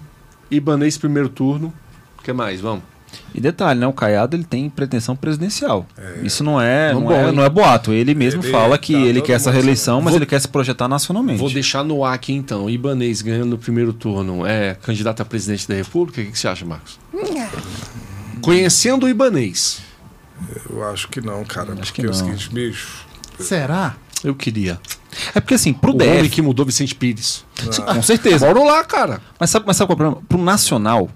S2: Ibanês primeiro turno. O que mais? Vamos.
S3: E detalhe, né? O Caiado ele tem pretensão presidencial. Isso não é, não,
S2: Não bom,
S3: é,
S2: hein?
S3: não é boato. Ele mesmo
S5: Ele
S3: fala que
S5: tá
S3: ele
S5: todo
S3: quer essa
S5: mundo
S3: reeleição, mas
S2: Vou-
S3: ele quer se projetar nacionalmente.
S2: Vou deixar no ar aqui então. Ibanês ganhando no primeiro turno é candidato a presidente da República? O que que você acha, Marcos? Conhecendo o Ibanês.
S5: Eu acho que não, cara.
S3: Acho que
S5: porque é o
S3: não.
S5: seguinte, bicho.
S4: Será?
S2: Eu queria.
S3: É porque assim, pro
S2: O
S3: DF,
S2: homem que mudou Vicente Pires.
S3: sim, com certeza.
S2: Bora lá, cara.
S3: Mas sabe, mas sabe qual é o problema? Pro nacional,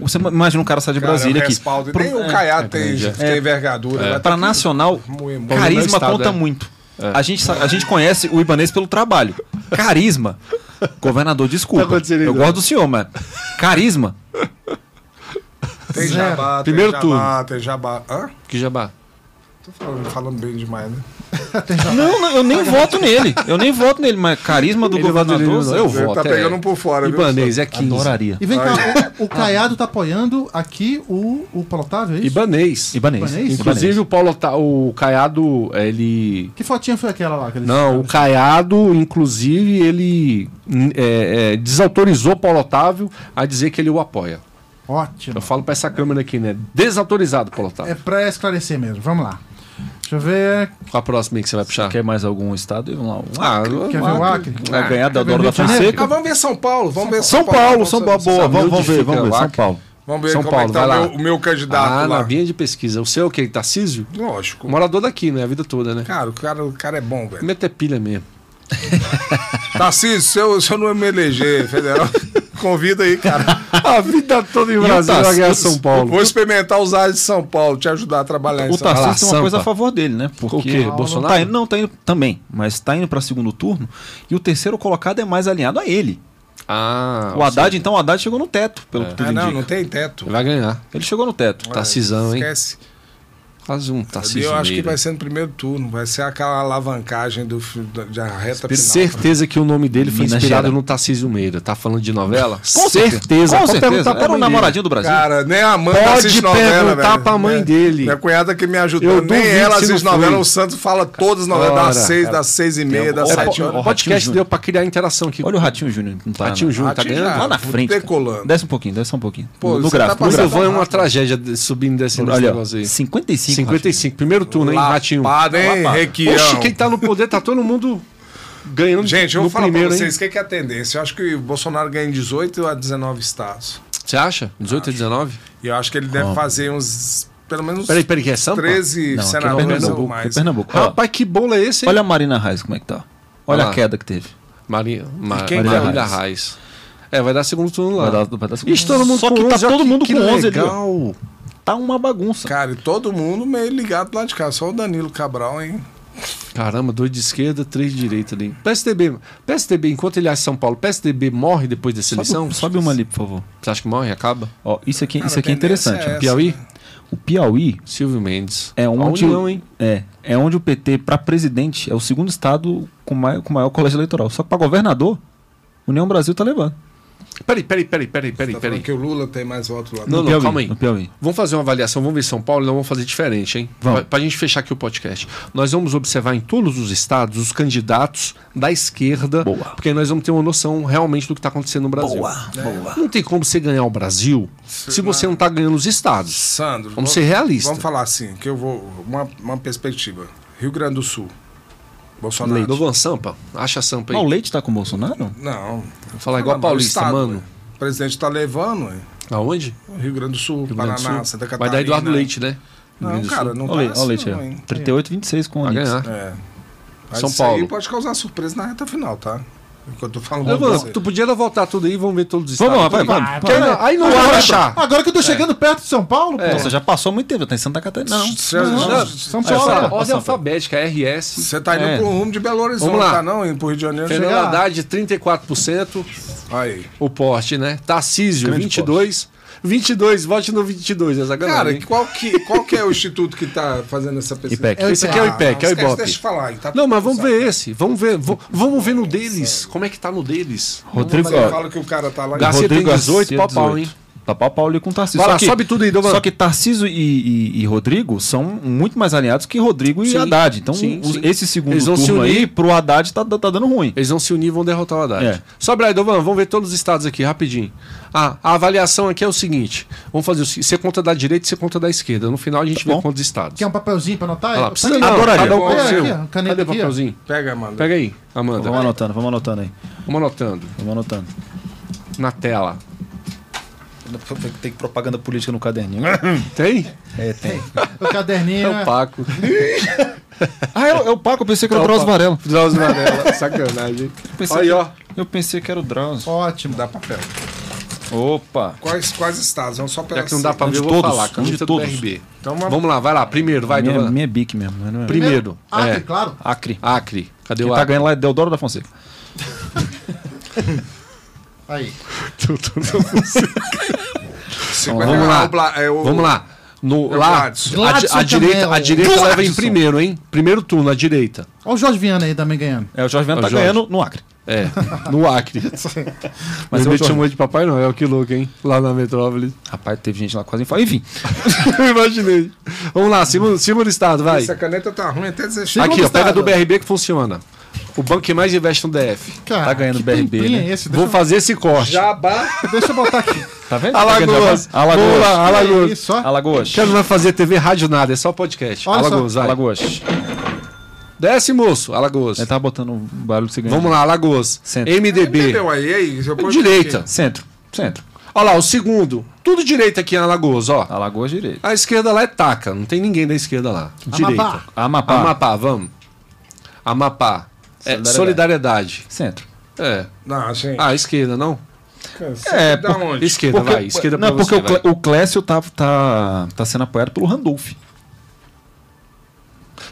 S3: você imagina um cara sair de
S5: Cara,
S3: Brasília
S5: o
S3: aqui.
S5: respaldo.
S3: Pro,
S5: Nem o
S3: é,
S5: Caiado tem,
S2: grande, é.
S5: tem envergadura. vai ter
S3: pra
S5: que-
S3: nacional,
S5: Moer
S2: Problema
S5: muito.
S2: é o
S3: carisma
S2: estado,
S3: conta
S2: é.
S3: muito. A, gente, sa- a gente conhece o Ibanês pelo trabalho. Carisma. Governador,
S2: Tá
S3: desculpa.
S2: acontecendo
S3: eu
S2: ainda.
S3: gosto do senhor, mas. Carisma.
S5: Tem
S4: Zero.
S5: jabá,
S2: Primeiro
S5: tem jabá,
S2: turno.
S5: tem jabá. Hã?
S2: Que jabá.
S5: Tô falando, falando bem demais, né?
S3: Não, não, eu nem voto nele. Eu nem voto nele, mas carisma do
S2: Ele vai
S3: governador.
S2: dele, não, eu
S5: Ele
S2: voto.
S5: tá
S2: é.
S5: pegando um por fora, viu,
S2: Ibanês é 15.
S3: Adoraria.
S4: E vem cá, o, o Caiado tá apoiando aqui o, o Paulo Otávio, é isso?
S2: Ibanês.
S3: Ibanês.
S4: Ibanês?
S2: Inclusive o Paulo tá, o Caiado, ele
S4: Que fotinha foi aquela lá? que eles-
S2: não, o Caiado, inclusive, ele n- é, é, desautorizou Paulo Otávio a dizer que ele o apoia.
S4: Ótimo.
S2: Eu falo pra essa câmera aqui, né? Desautorizado, Paulo
S4: É
S2: Otávio.
S4: pra esclarecer mesmo, vamos lá. Deixa eu ver.
S2: Qual a próxima aí que você vai puxar?
S3: Quer mais algum estado? Vamos lá. Um
S2: Ah,
S4: É. Quer ver o Acre?
S3: Vai ganhar da
S4: Quer ver
S3: Dora
S4: Rio
S3: da
S4: de Janeiro?
S5: Ah,
S3: Fonseca.
S5: vamos ver São Paulo, vamos ver
S3: São Paulo, São Paulo.
S5: vamos ver-
S3: Boa, vamos,
S2: onde
S3: vamos ver,
S2: fica
S3: vamos ver.
S2: o
S3: São
S2: Acre?
S3: Paulo.
S5: Vamos ver
S2: São
S5: como
S2: Paulo,
S5: é que
S2: vai
S5: tá
S2: lá.
S5: o meu, o meu candidato
S2: Ah, na
S5: lá.
S2: linha de pesquisa. O seu é o quê? Tarcísio?
S5: Lógico.
S2: Morador daqui, né? A vida toda, né?
S5: Cara, o cara, o cara é bom, velho.
S2: Mete pilha mesmo.
S5: Tarcísio, se eu, se eu não me eleger é federal, convida aí, cara.
S2: A vida toda em
S3: Brasil vai ganhar
S2: São
S5: Vou experimentar os ares de São Paulo, te ajudar a trabalhar em
S3: O
S5: São Paulo.
S2: Vai lá,
S3: Tarcísio tem uma
S2: Sampa.
S3: coisa a favor dele, né? Porque
S2: O quê? Bolsonaro?
S3: Tá indo, não, tá indo também, mas tá indo pra segundo turno e o terceiro colocado é mais alinhado a ele.
S2: Ah,
S3: O Haddad, então, o Haddad chegou no teto, pelo que tudo
S5: Ah, não,
S3: indica.
S5: não tem teto.
S2: vai ganhar.
S3: Ele chegou no teto.
S2: Tá cisão, hein?
S5: Esquece.
S2: Quase um Tarcísio
S5: eu acho que
S2: Meira.
S5: vai ser no primeiro turno. Vai ser aquela alavancagem do, fi- da, da reta
S2: Tenho
S5: final.
S2: certeza que o nome dele foi
S3: Minas
S2: inspirado
S3: Gerais.
S2: no Tarcísio Meira. Tá falando de novela?
S3: Com certeza. Com
S2: Pode
S3: certeza.
S2: perguntar pra
S3: Era o
S2: mãe dele.
S3: namoradinho do Brasil.
S5: Cara, nem a mãe
S2: Pode
S5: assiste novela,
S2: perguntar
S5: velho.
S2: pra mãe
S5: Minha-
S2: dele.
S5: Minha cunhada que me
S2: Eu
S5: ajudou, nem
S2: duvido
S5: ela
S2: se não
S5: assiste
S2: foi.
S5: novela. O Santos fala todas as novelas,
S2: Ora,
S5: das seis,
S2: cara.
S5: das seis e meia, das
S3: algum-
S2: Olha,
S5: sete
S3: Ratinho-
S2: o
S5: horas.
S3: Ratinho
S2: podcast
S3: Júnior.
S2: deu pra criar interação aqui.
S3: Olha o Ratinho Júnior. Não tá,
S2: Ratinho
S3: não.
S2: Júnior, tá
S5: Ratinho
S2: ganhando.
S5: já.
S3: Lá na
S5: Puta,
S3: frente. cara.
S5: decolando.
S2: né?
S3: Desce um pouquinho, desce um pouquinho.
S5: Pô,
S3: no
S5: você
S3: gráfico,
S5: tá
S3: no
S2: Mas eu
S5: passando-
S3: gráfico.
S2: vou é uma tragédia de- subindo e descendo esse
S3: Olha, ó,
S2: negócio aí.
S3: 55.
S2: 55, primeiro turno, hein, Ratinho?
S5: Lapada, hein,
S3: Lapada.
S5: Requião.
S2: um. Oxe, quem tá no poder tá todo mundo ganhando
S5: Gente, eu
S2: no
S5: vou falar
S2: primeiro,
S5: pra vocês
S2: hein?
S5: o que que é a tendência. Eu acho que o Bolsonaro ganha em 18 a 19 estados.
S2: Você acha? 18 a 19?
S5: E eu acho que ele deve fazer uns. Pelo menos
S2: Peraí, peraí, que é Sampa?
S5: 13
S3: Não, aqui é
S5: senadores ou
S3: Pernambuco. aqui É
S5: mais.
S3: Pernambuco. Ó,
S2: Rapaz, que bolo é esse, hein?
S3: Olha a Marina Reis como é que tá.
S2: Olha
S3: Olha
S2: lá.
S3: a queda que teve.
S2: Maria, Ma,
S5: E quem
S2: Maria
S3: que é?
S2: da Raiz. É, vai dar segundo turno lá.
S3: Vai dar- vai dar segundo
S2: Ixi, todo
S3: turno.
S2: mundo
S3: Só
S2: com
S3: que tá
S2: 11, ó,
S3: todo mundo
S2: que
S3: com 11 ali, ó.
S2: legal.
S3: Tá uma bagunça.
S5: Cara, e todo mundo meio ligado lá de cá. Só o Danilo Cabral, hein?
S2: Caramba, dois de esquerda, três de direita ali. PSDB, PSDB, enquanto ele acha São Paulo, PSDB morre depois dessa eleição?
S3: Sobe, um, sobe uma ali, por favor.
S2: Você acha que morre? Acaba?
S3: Ó, isso aqui,
S5: Cara,
S3: isso aqui é
S5: a tendência
S3: interessante. ó.
S5: é essa.
S2: Piauí?
S3: O Piauí
S2: Silvio Mendes.
S3: é onde,
S2: A união, Tá um hein?
S3: é, é onde o PT, pra presidente, é o segundo estado com mai- com maior colégio eleitoral. Só que pra governador, União Brasil tá levando.
S2: Peraí, peraí, peraí, peraí,
S5: Tá
S2: peraí,
S5: falando
S2: peraí.
S5: que o Lula tem mais voto lá.
S2: Não,
S3: no
S2: não,
S3: Piauí,
S2: calma aí.
S3: No Piauí.
S2: Vamos fazer uma avaliação, vamos ver São Paulo e nós vamos fazer diferente, hein?
S3: Vamos.
S2: Pra, pra gente fechar aqui o podcast. Nós vamos observar em todos os estados os candidatos da esquerda,
S3: Boa.
S2: porque aí nós vamos ter uma noção realmente do que está acontecendo no Brasil. É.
S3: boa.
S2: Não tem como você ganhar o Brasil se você não está ganhando os estados.
S5: Sandro.
S2: Vamos ser realistas.
S5: Vamos falar assim, que eu vou. Uma, uma perspectiva. Rio Grande do Sul. Bolsonaro.
S2: Leite. Novan Sampa, acha a Sampa aí.
S3: Mas o Leite tá com o Bolsonaro?
S5: Não.
S2: Vou falar igual
S5: Não, mas é o
S2: paulista,
S5: Estado,
S2: mano.
S5: ué. O presidente tá levando, ué.
S2: Aonde?
S5: Rio Grande do Sul,
S2: Rio Grande
S5: Paraná,
S2: do Sul?
S5: Santa Catarina.
S2: Vai dar Eduardo Leite, né? Rio
S5: Não,
S2: Grande do
S5: cara,
S2: Sul.
S5: não
S3: Olha
S5: tá
S3: o Leite,
S5: assim,
S3: ó, o Leite
S5: não,
S3: aí,
S5: hein?
S3: ó. 38, 26 com o
S2: Vai
S3: Onix.
S2: ganhar.
S5: É. Mas
S2: São
S5: isso
S2: Paulo.
S5: aí pode causar surpresa na reta final, tá? Enquanto eu falo pra
S2: Levan,
S5: você.
S2: tu podia voltar tudo aí, vamos ver todos os estados.
S3: Vamos lá, vai,
S2: tudo aí.
S3: vamos.
S2: Porque aí não- Aí não vai achar.
S4: Agora que eu tô chegando perto de São Paulo,
S2: É.
S4: pô.
S3: Nossa, já passou muito tempo, já tá em Santa Catarina. Não.
S5: Você-
S4: Não,
S5: você-
S4: São
S2: Olha,
S4: Paulo.
S2: olha,
S3: Sampa,
S2: ordem
S3: Sampa.
S2: alfabética, RS.
S5: Você tá indo
S3: É.
S5: pro rumo de Belo Horizonte,
S2: Vamos lá.
S5: tá não? Indo pro Rio de Janeiro.
S2: Fernando
S4: Chega lá.
S2: Haddad, 34%.
S5: Aí.
S2: O porte, né? Tarcísio,
S3: Grande
S2: 22. 22, vote no 22, é sacanagem.
S5: Cara,
S2: hein?
S5: qual que, qual que é o instituto que tá fazendo essa pesquisa?
S3: IPEC.
S5: o
S2: Esse aqui é o IPEC, é o
S5: esquece,
S2: Ibope.
S5: Deixa eu falar, hein, tá
S2: Não, mas vamos
S5: tudo
S2: ver esse. Vamos ver. vo- Vamos ver no deles. Como é que tá no deles?
S3: Rodrigo,
S5: certo. Você
S3: ó,
S5: fala que o cara tá lá em
S2: Garcia tem
S3: Rodrigo
S2: 18, pau pau, hein?
S3: Tá pau pau ali com o Tarcísio.
S2: Vai
S3: Só
S2: lá,
S3: que-
S2: sobe tudo aí, Dovan.
S3: Só que Tarcísio e, e- e Rodrigo são muito mais alinhados que Rodrigo e
S2: Sim,
S3: Haddad. Então,
S2: sim,
S3: os-
S2: sim.
S3: esse segundo
S2: Eles vão se
S3: turno aí,
S2: unir.
S3: pro Haddad, tá, tá dando ruim.
S2: Eles vão se unir e vão derrotar o Haddad.
S3: É.
S2: Sobe aí, Dovan, vamos ver todos os estados aqui, rapidinho. Ah, a avaliação aqui é o seguinte: vamos fazer o seguinte: você conta da direita e você conta da esquerda. No final a gente
S3: Tá
S2: vê
S3: bom.
S2: quantos estados.
S4: Quer um papelzinho pra anotar?
S2: Olha lá,
S4: Tá
S2: precisa
S4: aqui.
S2: não,
S3: Adoraria.
S2: cada um com o
S4: É, aqui,
S2: seu.
S4: ó, caneta
S2: Cadê o
S4: aqui, ó.
S2: papelzinho?
S5: Pega, mano.
S2: Pega aí, Amanda.
S3: Vamos anotando, vamos anotando aí.
S2: Vamos anotando.
S3: Vamos anotando.
S2: Na tela.
S3: Tem propaganda política no caderninho.
S2: Tem?
S3: É, tem.
S4: O caderninho. né?
S2: Paco.
S3: Ah, eu, eu Paco, eu pensei que era o
S2: Opa.
S3: Drauzio Varela.
S2: Drauzio Varela. Sacanagem.
S3: Pensei
S2: Aí,
S3: que-
S2: ó.
S3: Eu pensei que era o Drauzio.
S4: Ótimo.
S5: Dá papel.
S3: Opa.
S5: Quais, quais estados? Não só pela
S2: Já que não dá pra
S3: Um
S2: ver, eu
S3: de
S2: vou
S3: todos,
S2: falar.
S3: um
S2: Caneta
S3: de
S2: do
S3: todos.
S2: PRB.
S5: Então, uma-
S2: Vamos lá, vai lá. Primeiro, vai,
S3: minha,
S2: Dovan.
S3: minha bique mesmo. né?
S2: Primeiro.
S4: Ah,
S2: é,
S4: tem, claro.
S3: Acre.
S2: Acre. Cadê
S3: Quem
S2: o
S3: tá
S2: Acre?
S3: ganhando lá é Deodoro da Fonseca.
S4: Aí.
S5: Se
S2: Ó,
S5: vai
S2: vamos
S5: pegar
S2: lá.
S5: o Bla- é o-
S2: Vamos lá. No, lá, a,
S5: Gladson.
S2: di-
S4: Gladson
S2: a direita, a
S4: também,
S2: direita
S4: Gladson.
S2: leva em primeiro, hein? Primeiro turno, a direita.
S4: Olha o Jorge Viana aí também ganhando.
S3: É, o Jorge Vento
S2: É o
S3: tá
S2: Jorge.
S3: ganhando no Acre.
S2: É, no Acre.
S3: Mas
S2: Mas
S3: é o
S2: ele te
S3: Jorge.
S2: chamou de Papai Noel, que louco, hein? Lá na metrópole.
S3: Rapaz, teve gente lá quase infarto. Enfim,
S2: Eu Imaginei. Vamos lá, segundo, segundo estado, vai.
S5: Essa caneta tá ruim até dizer chega.
S2: Aqui, ó, pega
S4: estado.
S2: do BRB que funciona. O banco que mais investe no DF.
S4: Cara,
S3: Tá ganhando
S4: que
S3: BRB,
S4: tempinho
S3: né?
S4: é esse?
S2: Vou
S4: Deixa,
S2: fazer esse corte.
S5: Jabá.
S4: deixa eu botar aqui.
S3: tá vendo?
S2: Alagoas. Vamos
S3: Alagoas.
S2: lá,
S4: É
S2: Alagoas.
S4: isso, ó.
S3: Alagoas.
S2: Que não vai fazer TV, rádio, nada, é só podcast.
S4: Olha só.
S2: Alagoas, vai.
S3: Alagoas.
S2: Desce, moço. Alagoas.
S3: Ele tava botando o barulho que você ganhou.
S2: Vamos lá, Alagoas.
S3: Centro.
S2: MDB.
S5: Entendeu aí? aí eu ponho
S2: Direita.
S5: aqui.
S3: Centro. Centro.
S2: Olha lá, o segundo. Tudo direita aqui em Alagoas, ó.
S3: Alagoas direito.
S2: A esquerda lá é taca, não tem ninguém da esquerda lá. Direita.
S4: Amapá.
S3: Amapá.
S2: Amapá, vamos. Amapá. É, solidariedade.
S3: Centro.
S2: É.
S5: Não, gente. tá
S2: Ah, esquerda, não?
S3: É,
S5: da onde?
S2: Esquerda, vai. Esquerda
S3: não,
S2: pra
S3: porque
S2: você,
S3: o, Clé-
S2: vai.
S3: o Clécio tá, tá, tá sendo apoiado pelo Randolph.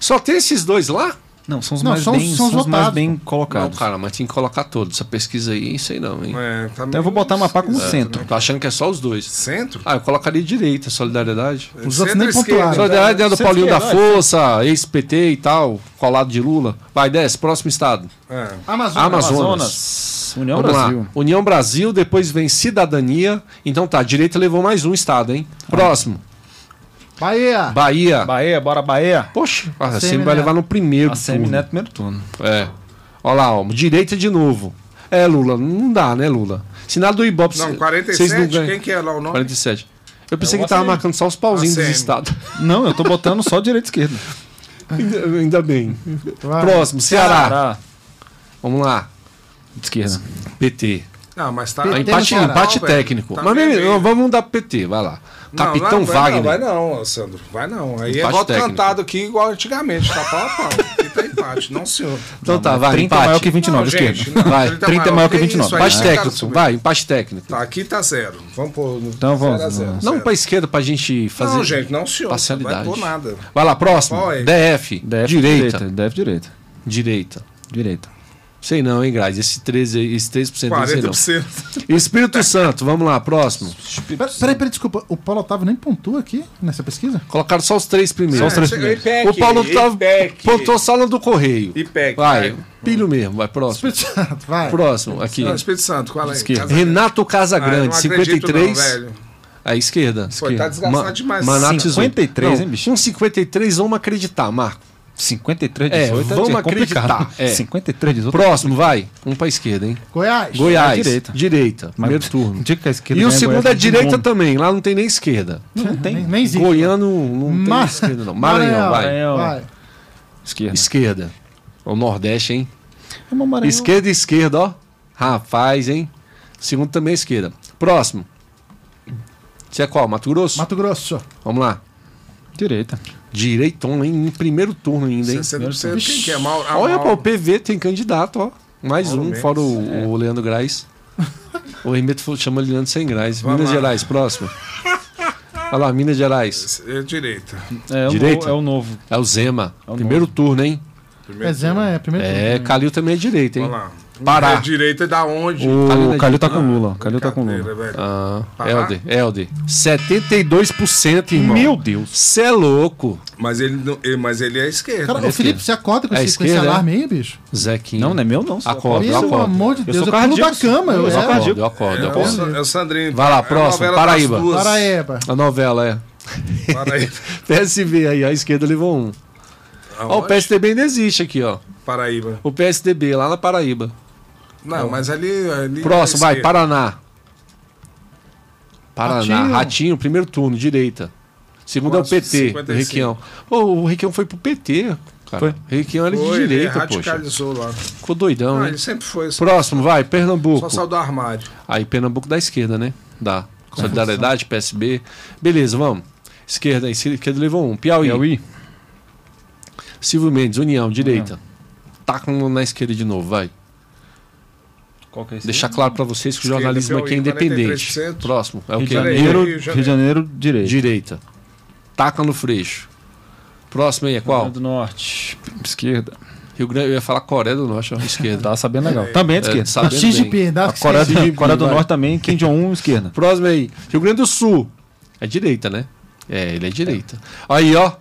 S2: Só tem esses dois lá?
S3: Não, são os,
S4: Não,
S3: mais,
S4: são os-
S3: bem,
S4: são os
S3: são os mais
S4: votados.
S3: bem
S2: Não,
S3: colocados.
S2: cara, mas tinha que colocar todos. Essa pesquisa aí, sei não, hein?
S5: É, tá
S3: Então eu vou
S5: meio
S3: botar Amapá como
S5: esquisito,
S3: centro.
S5: né?
S2: Tô achando que é só os dois.
S5: Centro?
S2: Ah, eu colocaria direita, solidariedade.
S4: Os outros
S5: Centro
S4: nem
S5: e esquerda,
S4: pontuaram.
S5: né?
S2: Solidariedade é do
S3: Centro
S2: Paulinho da
S3: esquerda, vai.
S2: Força, ex-PT e tal, colado de Lula. Vai, desce, próximo estado.
S5: É.
S4: Amazonas.
S2: Amazonas.
S3: Amazonas. União
S2: Vamos
S3: Brasil.
S2: lá. União Brasil, depois vem Cidadania. Então tá, a direita levou mais um estado, hein?
S3: Ah.
S2: Próximo,
S4: Bahia.
S2: Bahia.
S3: Bahia, bora Bahia.
S2: Poxa, a
S4: Semi,
S2: Semi vai
S4: né?
S2: levar no primeiro
S3: A semi, né?
S2: turno.
S3: Primeiro turno.
S2: É. Olha lá, ó, direita de novo. É, Lula, não dá, né, Lula? Sinal do Ibope.
S5: Não,
S2: cê-
S5: 47,
S2: vocês não ganham.
S5: quem que é lá o nome?
S2: 47. Eu pensei
S3: É o
S2: que tava
S3: ACM.
S2: marcando só os pauzinhos dos
S5: ACM.
S2: estados.
S3: Não, eu tô botando só direita e esquerda.
S2: ainda, ainda bem.
S4: Vai.
S2: Próximo, Ceará.
S3: Ceará.
S2: Vamos lá.
S3: Esquerda.
S2: PT.
S5: Não, mas tá.
S2: Ah,
S4: PT no
S2: empate
S4: Ceará,
S2: empate
S5: velho.
S2: técnico.
S5: Tá
S2: Mas
S5: meio-
S2: beleza,
S5: meio.
S2: vamos dar PT, vai lá.
S5: Não,
S2: Capitão
S5: lá- vai
S2: Wagner.
S5: Não, vai não, Sandro. Vai não. Aí é
S2: Empate
S5: voto
S2: técnico.
S5: cantado aqui igual antigamente. Tá pau a pau. Aqui tá empate. Não, senhor.
S2: Então tá, vai,
S3: 30
S2: empate.
S3: maior que 29,
S5: Não,
S3: esquerda.
S5: gente, não,
S2: Vai,
S5: 30
S3: 30 é maior que
S5: isso
S3: 29.
S5: aí,
S2: Empate
S5: né, cara,
S2: técnico,
S5: subiu.
S2: vai, empate técnico.
S5: Tá, aqui tá zero. Vamos pôr.
S3: Então vamos,
S5: Zero a
S3: vamos,
S5: zero,
S3: vamos.
S2: Não
S5: zero.
S2: pra esquerda, pra gente fazer.
S5: Não, gente, não, senhor.
S2: Parcialidade.
S5: Não vai pôr nada.
S2: Vai lá, próximo.
S5: Qual é?
S2: DF. direita.
S3: direita. DF direita.
S2: Direita.
S3: Direita.
S2: Sei não, hein, Grazi? Esse 13%, aí, esse 13 aí, sei não.
S5: 40%.
S2: Espírito Santo, vamos lá, próximo.
S4: Pera- Peraí, peraí, desculpa. O Paulo Otávio nem pontua aqui nessa pesquisa?
S2: Colocaram só os três primeiros.
S3: Só os três
S5: É,
S3: primeiros.
S5: IPEC,
S2: o Paulo Otávio
S5: IPEC.
S2: pontou só no do Correio.
S5: IPEC,
S2: Vai,
S5: vai.
S2: pilho mesmo, vai, próximo.
S4: Espírito Santo, vai.
S2: Próximo, aqui.
S5: Não, Espírito Santo, qual é?
S3: Esquerda.
S5: Casa-
S2: Renato
S5: Ah, eu não
S2: Casagrande,
S5: acredito
S2: 53.
S5: Não, velho.
S2: à esquerda.
S5: Pô, tá desgastado
S2: Ma-
S5: demais.
S2: Manato e Zulu.
S3: 53, hein, bicho?
S2: Um 53, vamos acreditar, Marco.
S3: 53,
S2: É,
S3: 18
S2: vamos
S3: é complicado.
S2: acreditar, é.
S3: 53, 18.
S2: Próximo, vai. Um pra esquerda, hein?
S4: Goiás.
S2: Goiás,
S3: direita.
S2: direita.
S3: Mas-
S2: primeiro
S3: No
S2: turno.
S3: um dia que a esquerda
S2: E o
S3: ganha,
S2: segundo é
S3: Goiás ganha
S2: direita
S3: todo mundo.
S2: também, lá não tem nem esquerda.
S3: um.
S4: Não tem. Nem, nem existe.
S2: Goiano não
S4: Mar-
S2: tem esquerda, não. Maranhão, vai.
S3: Maranhão.
S4: Vai.
S3: Esquerda.
S2: Esquerda. O Nordeste, hein?
S3: É uma Maranhão.
S2: Esquerda, esquerda, ó. Rapaz, hein? Segundo também é esquerda. Próximo. Você é qual? Mato Grosso?
S4: Mato Grosso.
S2: Vamos lá.
S3: Direita.
S2: Direitão, hein? Em primeiro turno ainda, hein?
S5: 60%. Quem que é? Mauro, ah,
S2: Olha, pô, o
S5: Mauro.
S2: PV tem candidato, ó. Mais
S5: Mauro
S2: um,
S5: Mendes. É.
S2: fora o, o Leandro Graz. o Hermeto falou- chama ele Leandro Sem Graz.
S5: Vamos
S2: Minas
S5: lá.
S2: Gerais, próximo. Olha lá, Minas Gerais.
S5: É direita.
S3: É, o
S2: Direita?
S3: no- é o novo.
S2: É o Zema.
S3: É o
S2: primeiro turno, hein?
S5: Primeiro
S4: Pezema é primeiro. turno.
S2: É, Calil também é direito, hein?
S5: Vamos Hum. lá.
S2: Pará.
S5: É direita da onde?
S2: Calil
S3: O
S2: é
S3: Calil tá com Lula. Calil tá com Lula.
S5: Brincadeira, velho.
S2: Ah,
S5: Pará?
S2: Helder, Helder. 72%, irmão.
S3: Meu Deus.
S2: Cê é louco.
S5: Mas ele, não, ele- mas ele é à esquerda.
S2: É
S4: Cara, o Felipe,
S2: esquerda.
S4: você acorda com,
S2: É
S4: esse, com esse
S2: esquerda, é?
S4: alarme aí, bicho?
S2: Zequinho.
S3: Não, não é meu, não. senhor.
S2: Acorda. Eu
S4: Pelo
S2: acordo.
S4: amor de
S3: Eu
S4: Deus, eu,
S3: sou
S4: pulo da
S3: cardíaco,
S4: cama.
S3: eu
S4: Eu,
S3: sou
S4: era.
S3: cardíaco.
S2: Eu acordo, eu
S5: é, o,
S2: acordo.
S5: Sa- é o Sandrinho.
S2: Vai lá,
S5: É a
S2: próximo,
S5: novela das
S2: Paraíba.
S5: duas.
S4: Paraíba.
S2: A novela, é.
S5: Paraíba.
S2: PSV aí, a esquerda levou um. Ó, o
S5: Aonde?
S2: PSDB ainda existe aqui, ó.
S5: Paraíba.
S2: O PSDB, lá na Paraíba.
S5: Não, mas ali. ali
S2: Próximo,
S5: é à
S2: vai,
S5: esquerda.
S2: Paraná. Paraná,
S4: Ratinho.
S2: Ratinho, primeiro turno, direita. Segundo
S5: Nossa,
S2: é o PT,
S5: 55.
S2: do Requião. Ô, o Requião foi pro PT, cara. Requião era de
S5: Foi,
S2: direita, poxa.
S5: ele
S2: Então,
S5: radicalizou lá.
S2: Ficou doidão,
S5: Ah,
S2: hein?
S5: ele sempre foi. Só
S2: Próximo, vai, Pernambuco.
S5: saiu do armário.
S2: Aí Pernambuco da esquerda, né? Da Solidariedade, PSB. Beleza, vamos. Esquerda, esquerda levou um. Piauí.
S3: Piauí.
S2: Silvio Mendes, União, direita. Taca um na esquerda de novo, vai.
S3: Qual que é esse?
S2: Deixar claro pra vocês que o
S5: Esquerda,
S2: jornalismo aqui é
S5: Piauí,
S2: independente.
S5: 43%.
S2: Próximo, é o
S3: Rio de
S2: que?
S3: Janeiro,
S5: Rio de Janeiro.
S3: Rio de Janeiro, direita.
S2: Direita. Taca no freixo. Próximo aí é
S3: Rio
S2: qual?
S3: Grande do Norte. Esquerda.
S2: Rio Grande, eu ia falar Coreia do Norte, ó. Esquerda.
S3: Tá sabendo legal. Também é de
S2: É,
S3: esquerda.
S2: sabendo
S4: X de
S2: bem.
S4: piedade.
S3: A Coreia,
S2: Xi Jinping,
S3: do, Coreia do
S2: vai.
S3: Norte também, Kim Jong-un, esquerda.
S2: Próximo aí. Rio Grande do Sul. É direita, né? É, ele é direita. Aí, ó.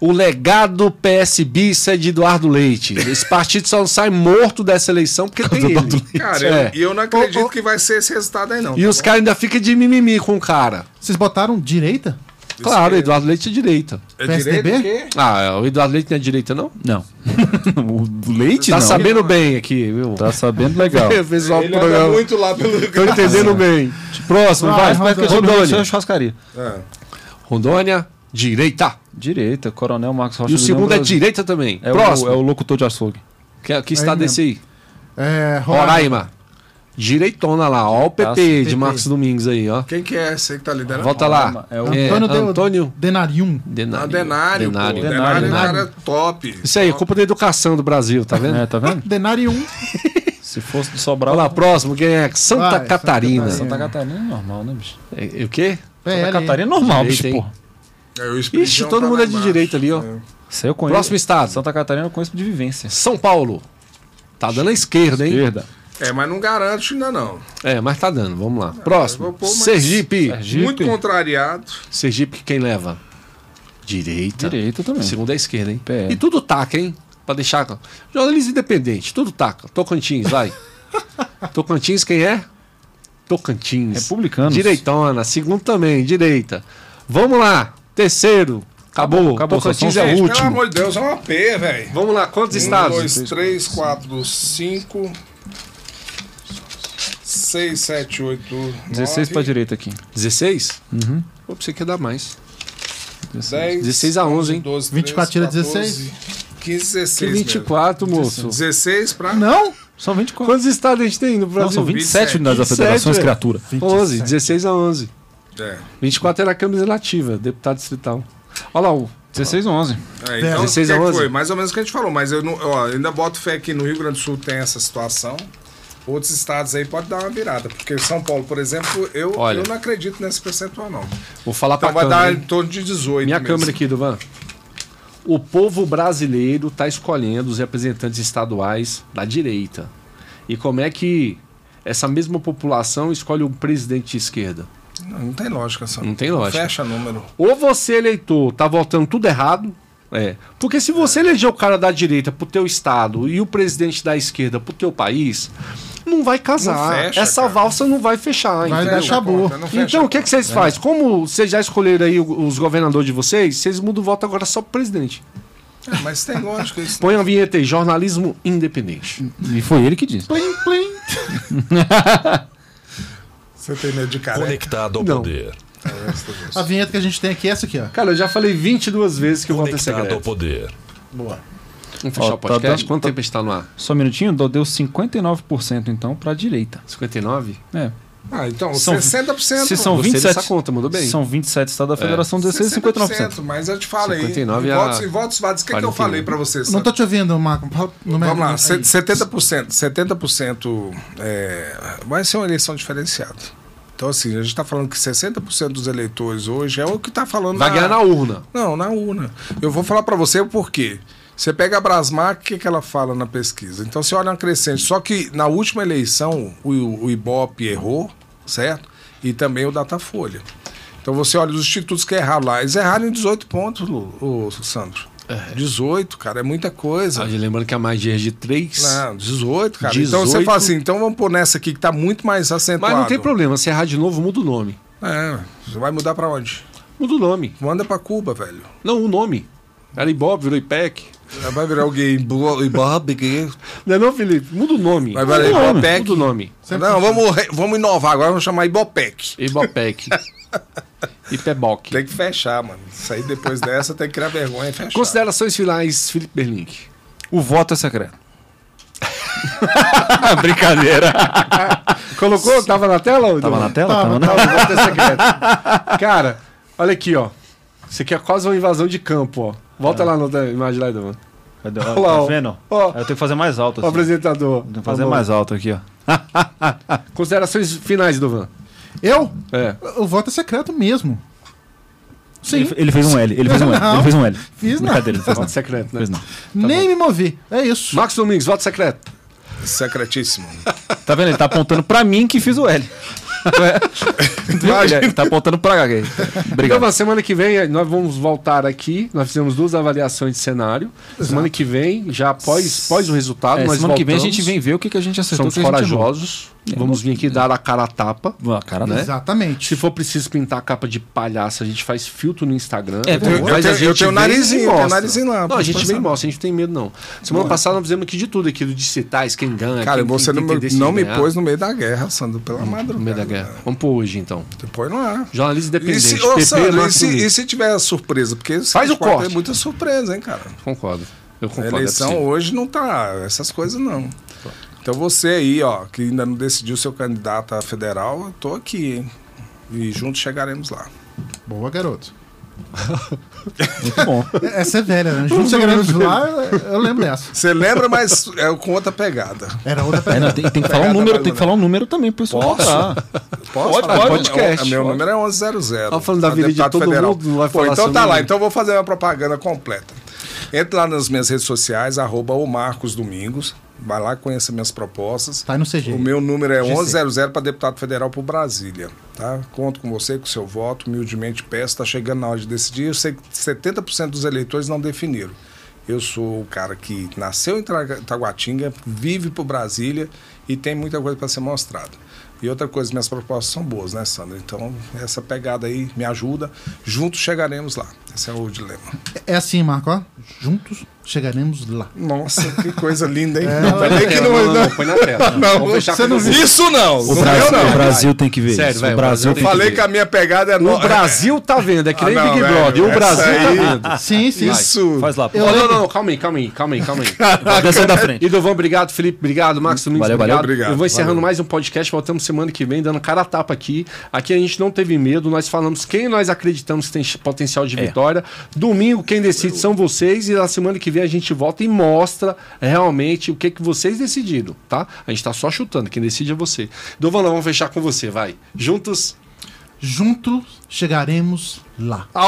S2: O legado PSB isso é de Eduardo Leite. Esse partido só não sai morto dessa eleição porque tem ele.
S5: Cara,
S2: É.
S5: eu- e eu, não acredito que vai ser esse resultado aí, não.
S2: E
S5: tá
S2: os
S5: bom?
S2: caras ainda ficam de mimimi com o cara.
S4: Vocês botaram direita?
S2: Claro, Eduardo Leite é direita.
S5: É
S4: PSDB?
S5: direita o quê?
S2: Ah, o Eduardo Leite não é direita, não?
S3: Não. o leite
S2: Tá
S3: não.
S2: sabendo bem aqui, viu?
S3: Tá sabendo legal.
S2: Fez o
S5: Ele anda
S2: programa.
S5: muito lá pelo.
S2: Tô tá entendendo bem. Ah, Próximo, vai.
S4: Vai, vai, vai,
S3: Rondônia.
S2: Rondônia.
S3: churrascaria.
S5: Ah,
S2: Rondônia, direita.
S3: Direita, Coronel Marcos Rocha.
S2: E o
S3: do
S2: segundo é
S3: Brasil.
S2: direita também.
S3: É
S2: Próximo.
S3: O, é o locutor de açougue.
S2: Que, que estado é esse aí?
S4: É, Roraima.
S2: Roraima. Direitona lá, ó. O PT de
S4: PT.
S2: Marcos Domingos aí, ó.
S5: Quem que é esse aí que tá liderando?
S2: Volta lá.
S3: É o-
S2: É,
S4: Antônio, de-
S2: Antônio
S4: Denarium.
S5: Ah,
S2: Denário.
S5: Denário, pô. Denário.
S2: Denário.
S5: é um
S4: Denário.
S5: cara top.
S2: Isso aí, é culpa da educação do Brasil, tá vendo?
S3: É, tá vendo?
S4: Denarium.
S3: Se fosse de Sobral.
S2: Olha lá, próximo, quem é? Santa
S4: Vai, Santa
S2: Catarina.
S4: Catarina.
S3: Santa Catarina é normal, né, bicho?
S2: É, é o quê?
S4: PL.
S3: Santa Catarina é normal,
S2: Direita,
S3: bicho,
S2: hein?
S3: porra.
S5: É, o
S2: Ixi,
S5: Espiridião
S2: todo
S5: tá
S2: mundo
S5: lá
S2: é de
S5: embaixo.
S2: direita ali, ó.
S5: É.
S3: Isso aí eu conheço.
S2: Próximo estado.
S3: Santa Catarina eu conheço de vivência.
S2: São Paulo. Tá dando a esquerda, hein?
S3: Esquerda.
S5: É, mas não garanto ainda não.
S2: É, mas tá dando. Vamos lá.
S5: eu
S2: Próximo.
S5: vou pôr mais-
S2: Sergipe.
S3: Sergipe.
S5: Muito contrariado.
S2: Sergipe, quem leva? Direita.
S3: Direita também.
S2: Segunda é esquerda, hein?
S3: PL.
S2: E tudo taca, hein? Pra deixar. Jornalismo independente, tudo taca. Tocantins, vai. Tocantins, quem é? Tocantins.
S3: Republicanos.
S2: Direitona. Segundo também, direita. Vamos lá. Terceiro. Acabou.
S3: Acabou, só
S2: Tocantins
S3: são
S2: é o
S5: Gente, Pelo
S2: último.
S5: amor de Deus, é uma P, velho.
S2: Vamos lá, quantos estados?
S5: Um, dois, três, quatro, cinco. Seis, sete, oito,
S3: 16 pra
S5: nove,
S3: direita aqui.
S2: 16? Uhum. Pô, pra você quer dar mais.
S5: dez,
S2: 16 a 11, hein?
S5: 12,
S4: 24 tira
S5: 14, 15, 16.
S2: Que 24, moço.
S5: mesmo. 16 né? pra.
S4: Não?
S3: São 24.
S2: Quantos estados a gente tem no
S3: Não,
S2: Brasil?
S3: são 27
S5: 27,
S3: unidades da
S2: 27,
S3: federação, essa criatura.
S2: 11, 16 a 11.
S5: É.
S2: 24 era a Câmara Legislativa, deputado distrital. Olha lá, o
S3: 16 ou 11.
S5: É, então,
S2: 16
S5: o que
S2: a
S5: é que
S2: 11?
S5: foi? Mais ou menos o que a gente falou, mas eu não, ó, ainda boto fé que no Rio Grande do Sul tem essa situação. Outros estados aí pode dar uma virada, porque São Paulo, por exemplo, eu,
S2: Olha.
S5: eu não acredito nesse percentual, não. Então
S2: vou falar pra
S5: vai
S2: câmera,
S5: dar
S2: hein?
S5: em torno de 18.
S2: Minha
S5: mesmo.
S2: câmera aqui, Duvan. O povo brasileiro está escolhendo os representantes estaduais da direita. E como é que essa mesma população escolhe um presidente de esquerda?
S5: Não, não tem lógica essa.
S2: Não tem lógica.
S5: Fecha número.
S2: Ou você, eleitor, tá votando tudo errado. É. Porque se você eleger o cara da direita pro teu estado e o presidente da esquerda pro teu país, não vai casar.
S5: Não fecha,
S2: Essa
S5: cara.
S2: valsa não vai fechar,
S4: Vai
S2: entendeu?
S4: dar chabu.
S5: Não fecha
S2: Então, o que, que vocês fazem? Como vocês já escolheram aí o- os governadores de vocês, vocês mudam o voto agora só pro presidente.
S5: É, mas tem lógica isso.
S2: Põe a vinheta aí, jornalismo independente.
S3: E foi ele que disse.
S4: Plim, plim.
S5: Você tem medo de
S3: É.
S5: né? careca?
S1: Conectado ao
S2: Não.
S1: poder.
S4: A vinheta que a gente tem aqui é essa aqui, ó.
S2: Cara, eu já falei 22 vezes que o voto é
S1: Conectado ao
S2: secreto.
S1: poder.
S4: Boa.
S2: Vamos fechar
S3: Ó,
S2: o podcast?
S3: tá dando-
S2: Quanto
S3: tá-
S2: tempo a gente tá no ar?
S3: Só um minutinho, deu deu 59% então pra direita.
S2: 59?
S3: É.
S5: Ah, então,
S3: São-
S5: 60%.
S3: Se são
S2: Gostei
S3: 27
S2: dessa conta, mandou bem.
S3: São 27 estados da federação, 16 e 59%.
S5: Mas eu te falo aí.
S2: 59
S5: em
S2: é a
S5: votos, em votos vados, o que, que
S2: 41.
S5: eu falei pra vocês?
S4: Não tô te ouvindo, Marco. Fala- no
S5: Vamos lá,
S4: aí.
S5: se- 70%. 70% é, vai ser uma eleição diferenciada. Então, assim, a gente está falando que 60% dos eleitores hoje é o que está falando.
S2: Vai ganhar na urna.
S5: Não, na urna. Eu vou falar para você o porquê. Você pega a Brasmar, o que, que ela fala na pesquisa? Então você olha uma crescente. Só que na última eleição o, o Ibope errou, certo? E também o Datafolha. Então você olha os institutos que erraram lá. Eles erraram em 18 pontos, Lu, ô, Sandro. 18, cara, é muita coisa.
S2: Ah, lembrando que a magia é de 3.
S5: Não, 18, cara. Então você
S2: 18.
S5: fala assim, então vamos pôr nessa aqui que tá muito mais acentuado.
S2: Mas não tem problema, se errar de novo, muda o nome.
S5: É, você vai mudar pra onde?
S2: Muda o nome.
S5: Manda pra Cuba, velho.
S2: Não, o nome. Era Ibope, virou IPEC.
S5: Vai virar alguém Ibope, que
S2: Não é não, Felipe? Muda o nome.
S5: Vai,
S2: muda
S5: vai,
S2: o nome.
S5: Ibopec.
S2: Muda o nome.
S5: Não, vamos, re- vamos inovar agora, vamos chamar Ibopec.
S2: Ibopec. Ipeboc.
S5: Tem que fechar, mano. Sair depois dessa tem que criar vergonha e fechar.
S2: Considerações finais, Felipe Berlink.
S3: O voto é secreto. Brincadeira.
S2: Colocou? Tava na tela?
S3: Tava na tela? Tava,
S4: Tava,
S3: na
S2: Não, o voto é secreto. Cara, olha aqui, ó. Isso aqui é quase uma invasão de campo, ó. Volta lá na outra imagem lá, Edu.
S3: Cadê?
S2: Olha lá, ó.
S3: Ó, Tá vendo?
S2: Ó.
S3: Aí Eu tenho que fazer mais
S2: O
S3: alto assim.
S2: apresentador.
S3: Tenho que fazer mais alto aqui, ó.
S2: Considerações finais, Duvan.
S4: Eu?
S2: É.
S4: O voto é secreto mesmo. Sim.
S3: Ele, ele fez um L, ele fez um L,
S4: Não.
S3: ele fez um L.
S4: Fiz nada.
S3: Brincadeira, ele fez
S2: Voto
S3: nada.
S2: secreto, né?
S3: Fez não.
S4: Nem me movi. É isso.
S2: Marcos Domingos, voto secreto.
S5: Secretíssimo.
S2: É
S3: Tá vendo? Ele tá apontando pra mim que fiz o L. Viu? Ele tá apontando pra cá.
S2: Então,
S3: Obrigado.
S2: na semana que vem, eh, nós vamos voltar aqui. Nós fizemos duas avaliações de cenário. Semana que vem, já após, após o resultado,
S3: É,
S2: nós
S3: semana que vem a
S2: Ah, voltamos.
S3: gente vem ver o que, que a gente acertou.
S2: Somos
S3: o que a gente É, errou.
S2: corajosos. Vamos vir aqui dar a cara a tapa.
S3: Ah, cara, né?
S2: Se
S4: Exatamente.
S2: for preciso pintar a capa de palhaço, a gente faz filtro no Instagram.
S3: É, eu tenho-
S5: eu
S2: Mas
S5: tenho-
S2: a gente
S5: eu tenho
S2: vem e
S5: narizinho, eu tenho
S2: mostra.
S5: narizinho lá,
S2: Não, a
S5: pode
S2: gente
S5: passar.
S2: vem e mostra, a gente não tem medo, não. Semana passada nós fizemos aqui de tudo, aqui do digitais, quem ganha.
S5: Cara,
S2: quem,
S5: você
S2: quem
S5: não,
S2: tem
S5: me-
S2: tendência
S5: não
S2: de
S5: me
S2: ganhar.
S5: pôs no meio da guerra, Sandro, pela madrugada.
S2: No meio da guerra. Vamos pôr hoje, então.
S5: Você põe no ar.
S2: Jornalismo
S5: E
S2: independente. é
S5: se, ô,
S2: PP,
S5: Sandro, e
S2: Marcos
S5: se,
S2: Domingos.
S5: e se tiver surpresa? Porque
S2: Faz o corte.
S5: É muita surpresa, hein, cara.
S2: Concordo. Eu
S5: A
S2: concordo. é
S5: eleição
S2: possível.
S5: hoje não tá essas coisas, não. Então você aí, ó, que ainda não decidiu seu candidato a federal, eu tô aqui, hein? E juntos chegaremos lá.
S4: Boa, garoto.
S3: Muito bom.
S4: Essa é velha, né? Juntos chegaremos lá, eu lembro dessa.
S5: Você lembra, mas é com outra pegada.
S4: Era outra
S3: É,
S4: pergunta.
S3: não, tem, tem que falar um número, tem que falar um número também pro pessoal. Ah.
S5: Posso?
S3: votar.
S5: Posso
S3: Pode,
S5: falar?
S3: pode,
S5: Meu-
S2: podcast,
S5: Meu
S2: pode.
S5: número é 1100.
S2: Tá falando da vida de
S5: deputado
S2: todo mundo, não vai
S5: Pô,
S2: falar
S5: então
S2: seu
S5: tá lá,
S2: número.
S5: então eu vou fazer uma propaganda completa. Entre lá nas minhas redes sociais, arroba o Marcos Domingos. Vai lá, conheça minhas propostas.
S4: Tá aí no CG.
S5: O meu número é
S4: GC.
S5: 1100 para deputado federal por Brasília. Tá? Conto com você, com seu voto, humildemente peço. Está chegando na hora de decidir. Eu sei que 70% dos eleitores não definiram. Eu sou o cara que nasceu em Tra- Taguatinga, vive por Brasília e tem muita coisa para ser mostrada. E outra coisa, minhas propostas são boas, né, Sandra? Então, essa pegada aí me ajuda. Juntos chegaremos lá. Esse é o dilema.
S4: É assim, Marco, ó. Juntos chegaremos lá.
S5: Nossa, que coisa linda, hein?
S2: Não, põe na tela, não, não, põe na tela.
S5: é Não,
S2: é, Vamos fechar
S5: você
S2: com
S5: não
S2: você.
S5: viu. Isso não!
S3: O
S5: Não
S3: Brasil,
S5: viu, não.
S3: o Brasil tem que ver
S2: Sério,
S3: isso.
S2: velho,
S3: o
S2: o Brasil tem
S3: Brasil tem
S5: Eu
S3: que
S5: falei
S3: ver.
S5: que a minha pegada é
S2: O
S5: nova.
S2: Brasil tá vendo, é que
S5: Ah,
S2: nem
S5: não,
S2: Big
S5: velho,
S2: Brother. O
S5: essa
S2: Brasil tá
S5: aí-
S2: vendo.
S4: Sim, sim.
S5: Isso.
S3: Faz lá, pô.
S4: Eu
S2: Ó, não,
S4: lembro-
S2: não, não, calma aí, calma aí, calma aí, calma aí.
S3: Pode sair da frente.
S2: Idovan, obrigado. Felipe, obrigado. Max Domingos,
S3: Valeu, valeu,
S2: obrigado.
S5: obrigado,
S2: Eu vou encerrando
S5: valeu.
S2: mais um podcast. Voltamos semana que vem, dando cara a tapa aqui. Aqui a gente não teve medo. Nós falamos quem nós acreditamos que tem ch- potencial de
S3: É.
S2: vitória. Domingo, quem decide são vocês. E na semana que vem a gente volta e mostra realmente o que, que vocês decidiram, tá? A gente tá só chutando. Quem decide é você. Idovan, nós vamos fechar com você, vai. Juntos.
S4: Juntos chegaremos lá.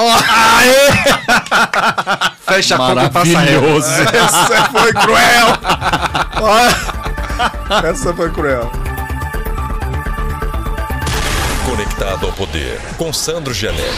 S2: Fecha a conta e passa a régua.
S3: Maravilhoso.
S5: Essa foi cruel! Essa foi cruel.
S1: Conectado ao poder com Sandro Gelé.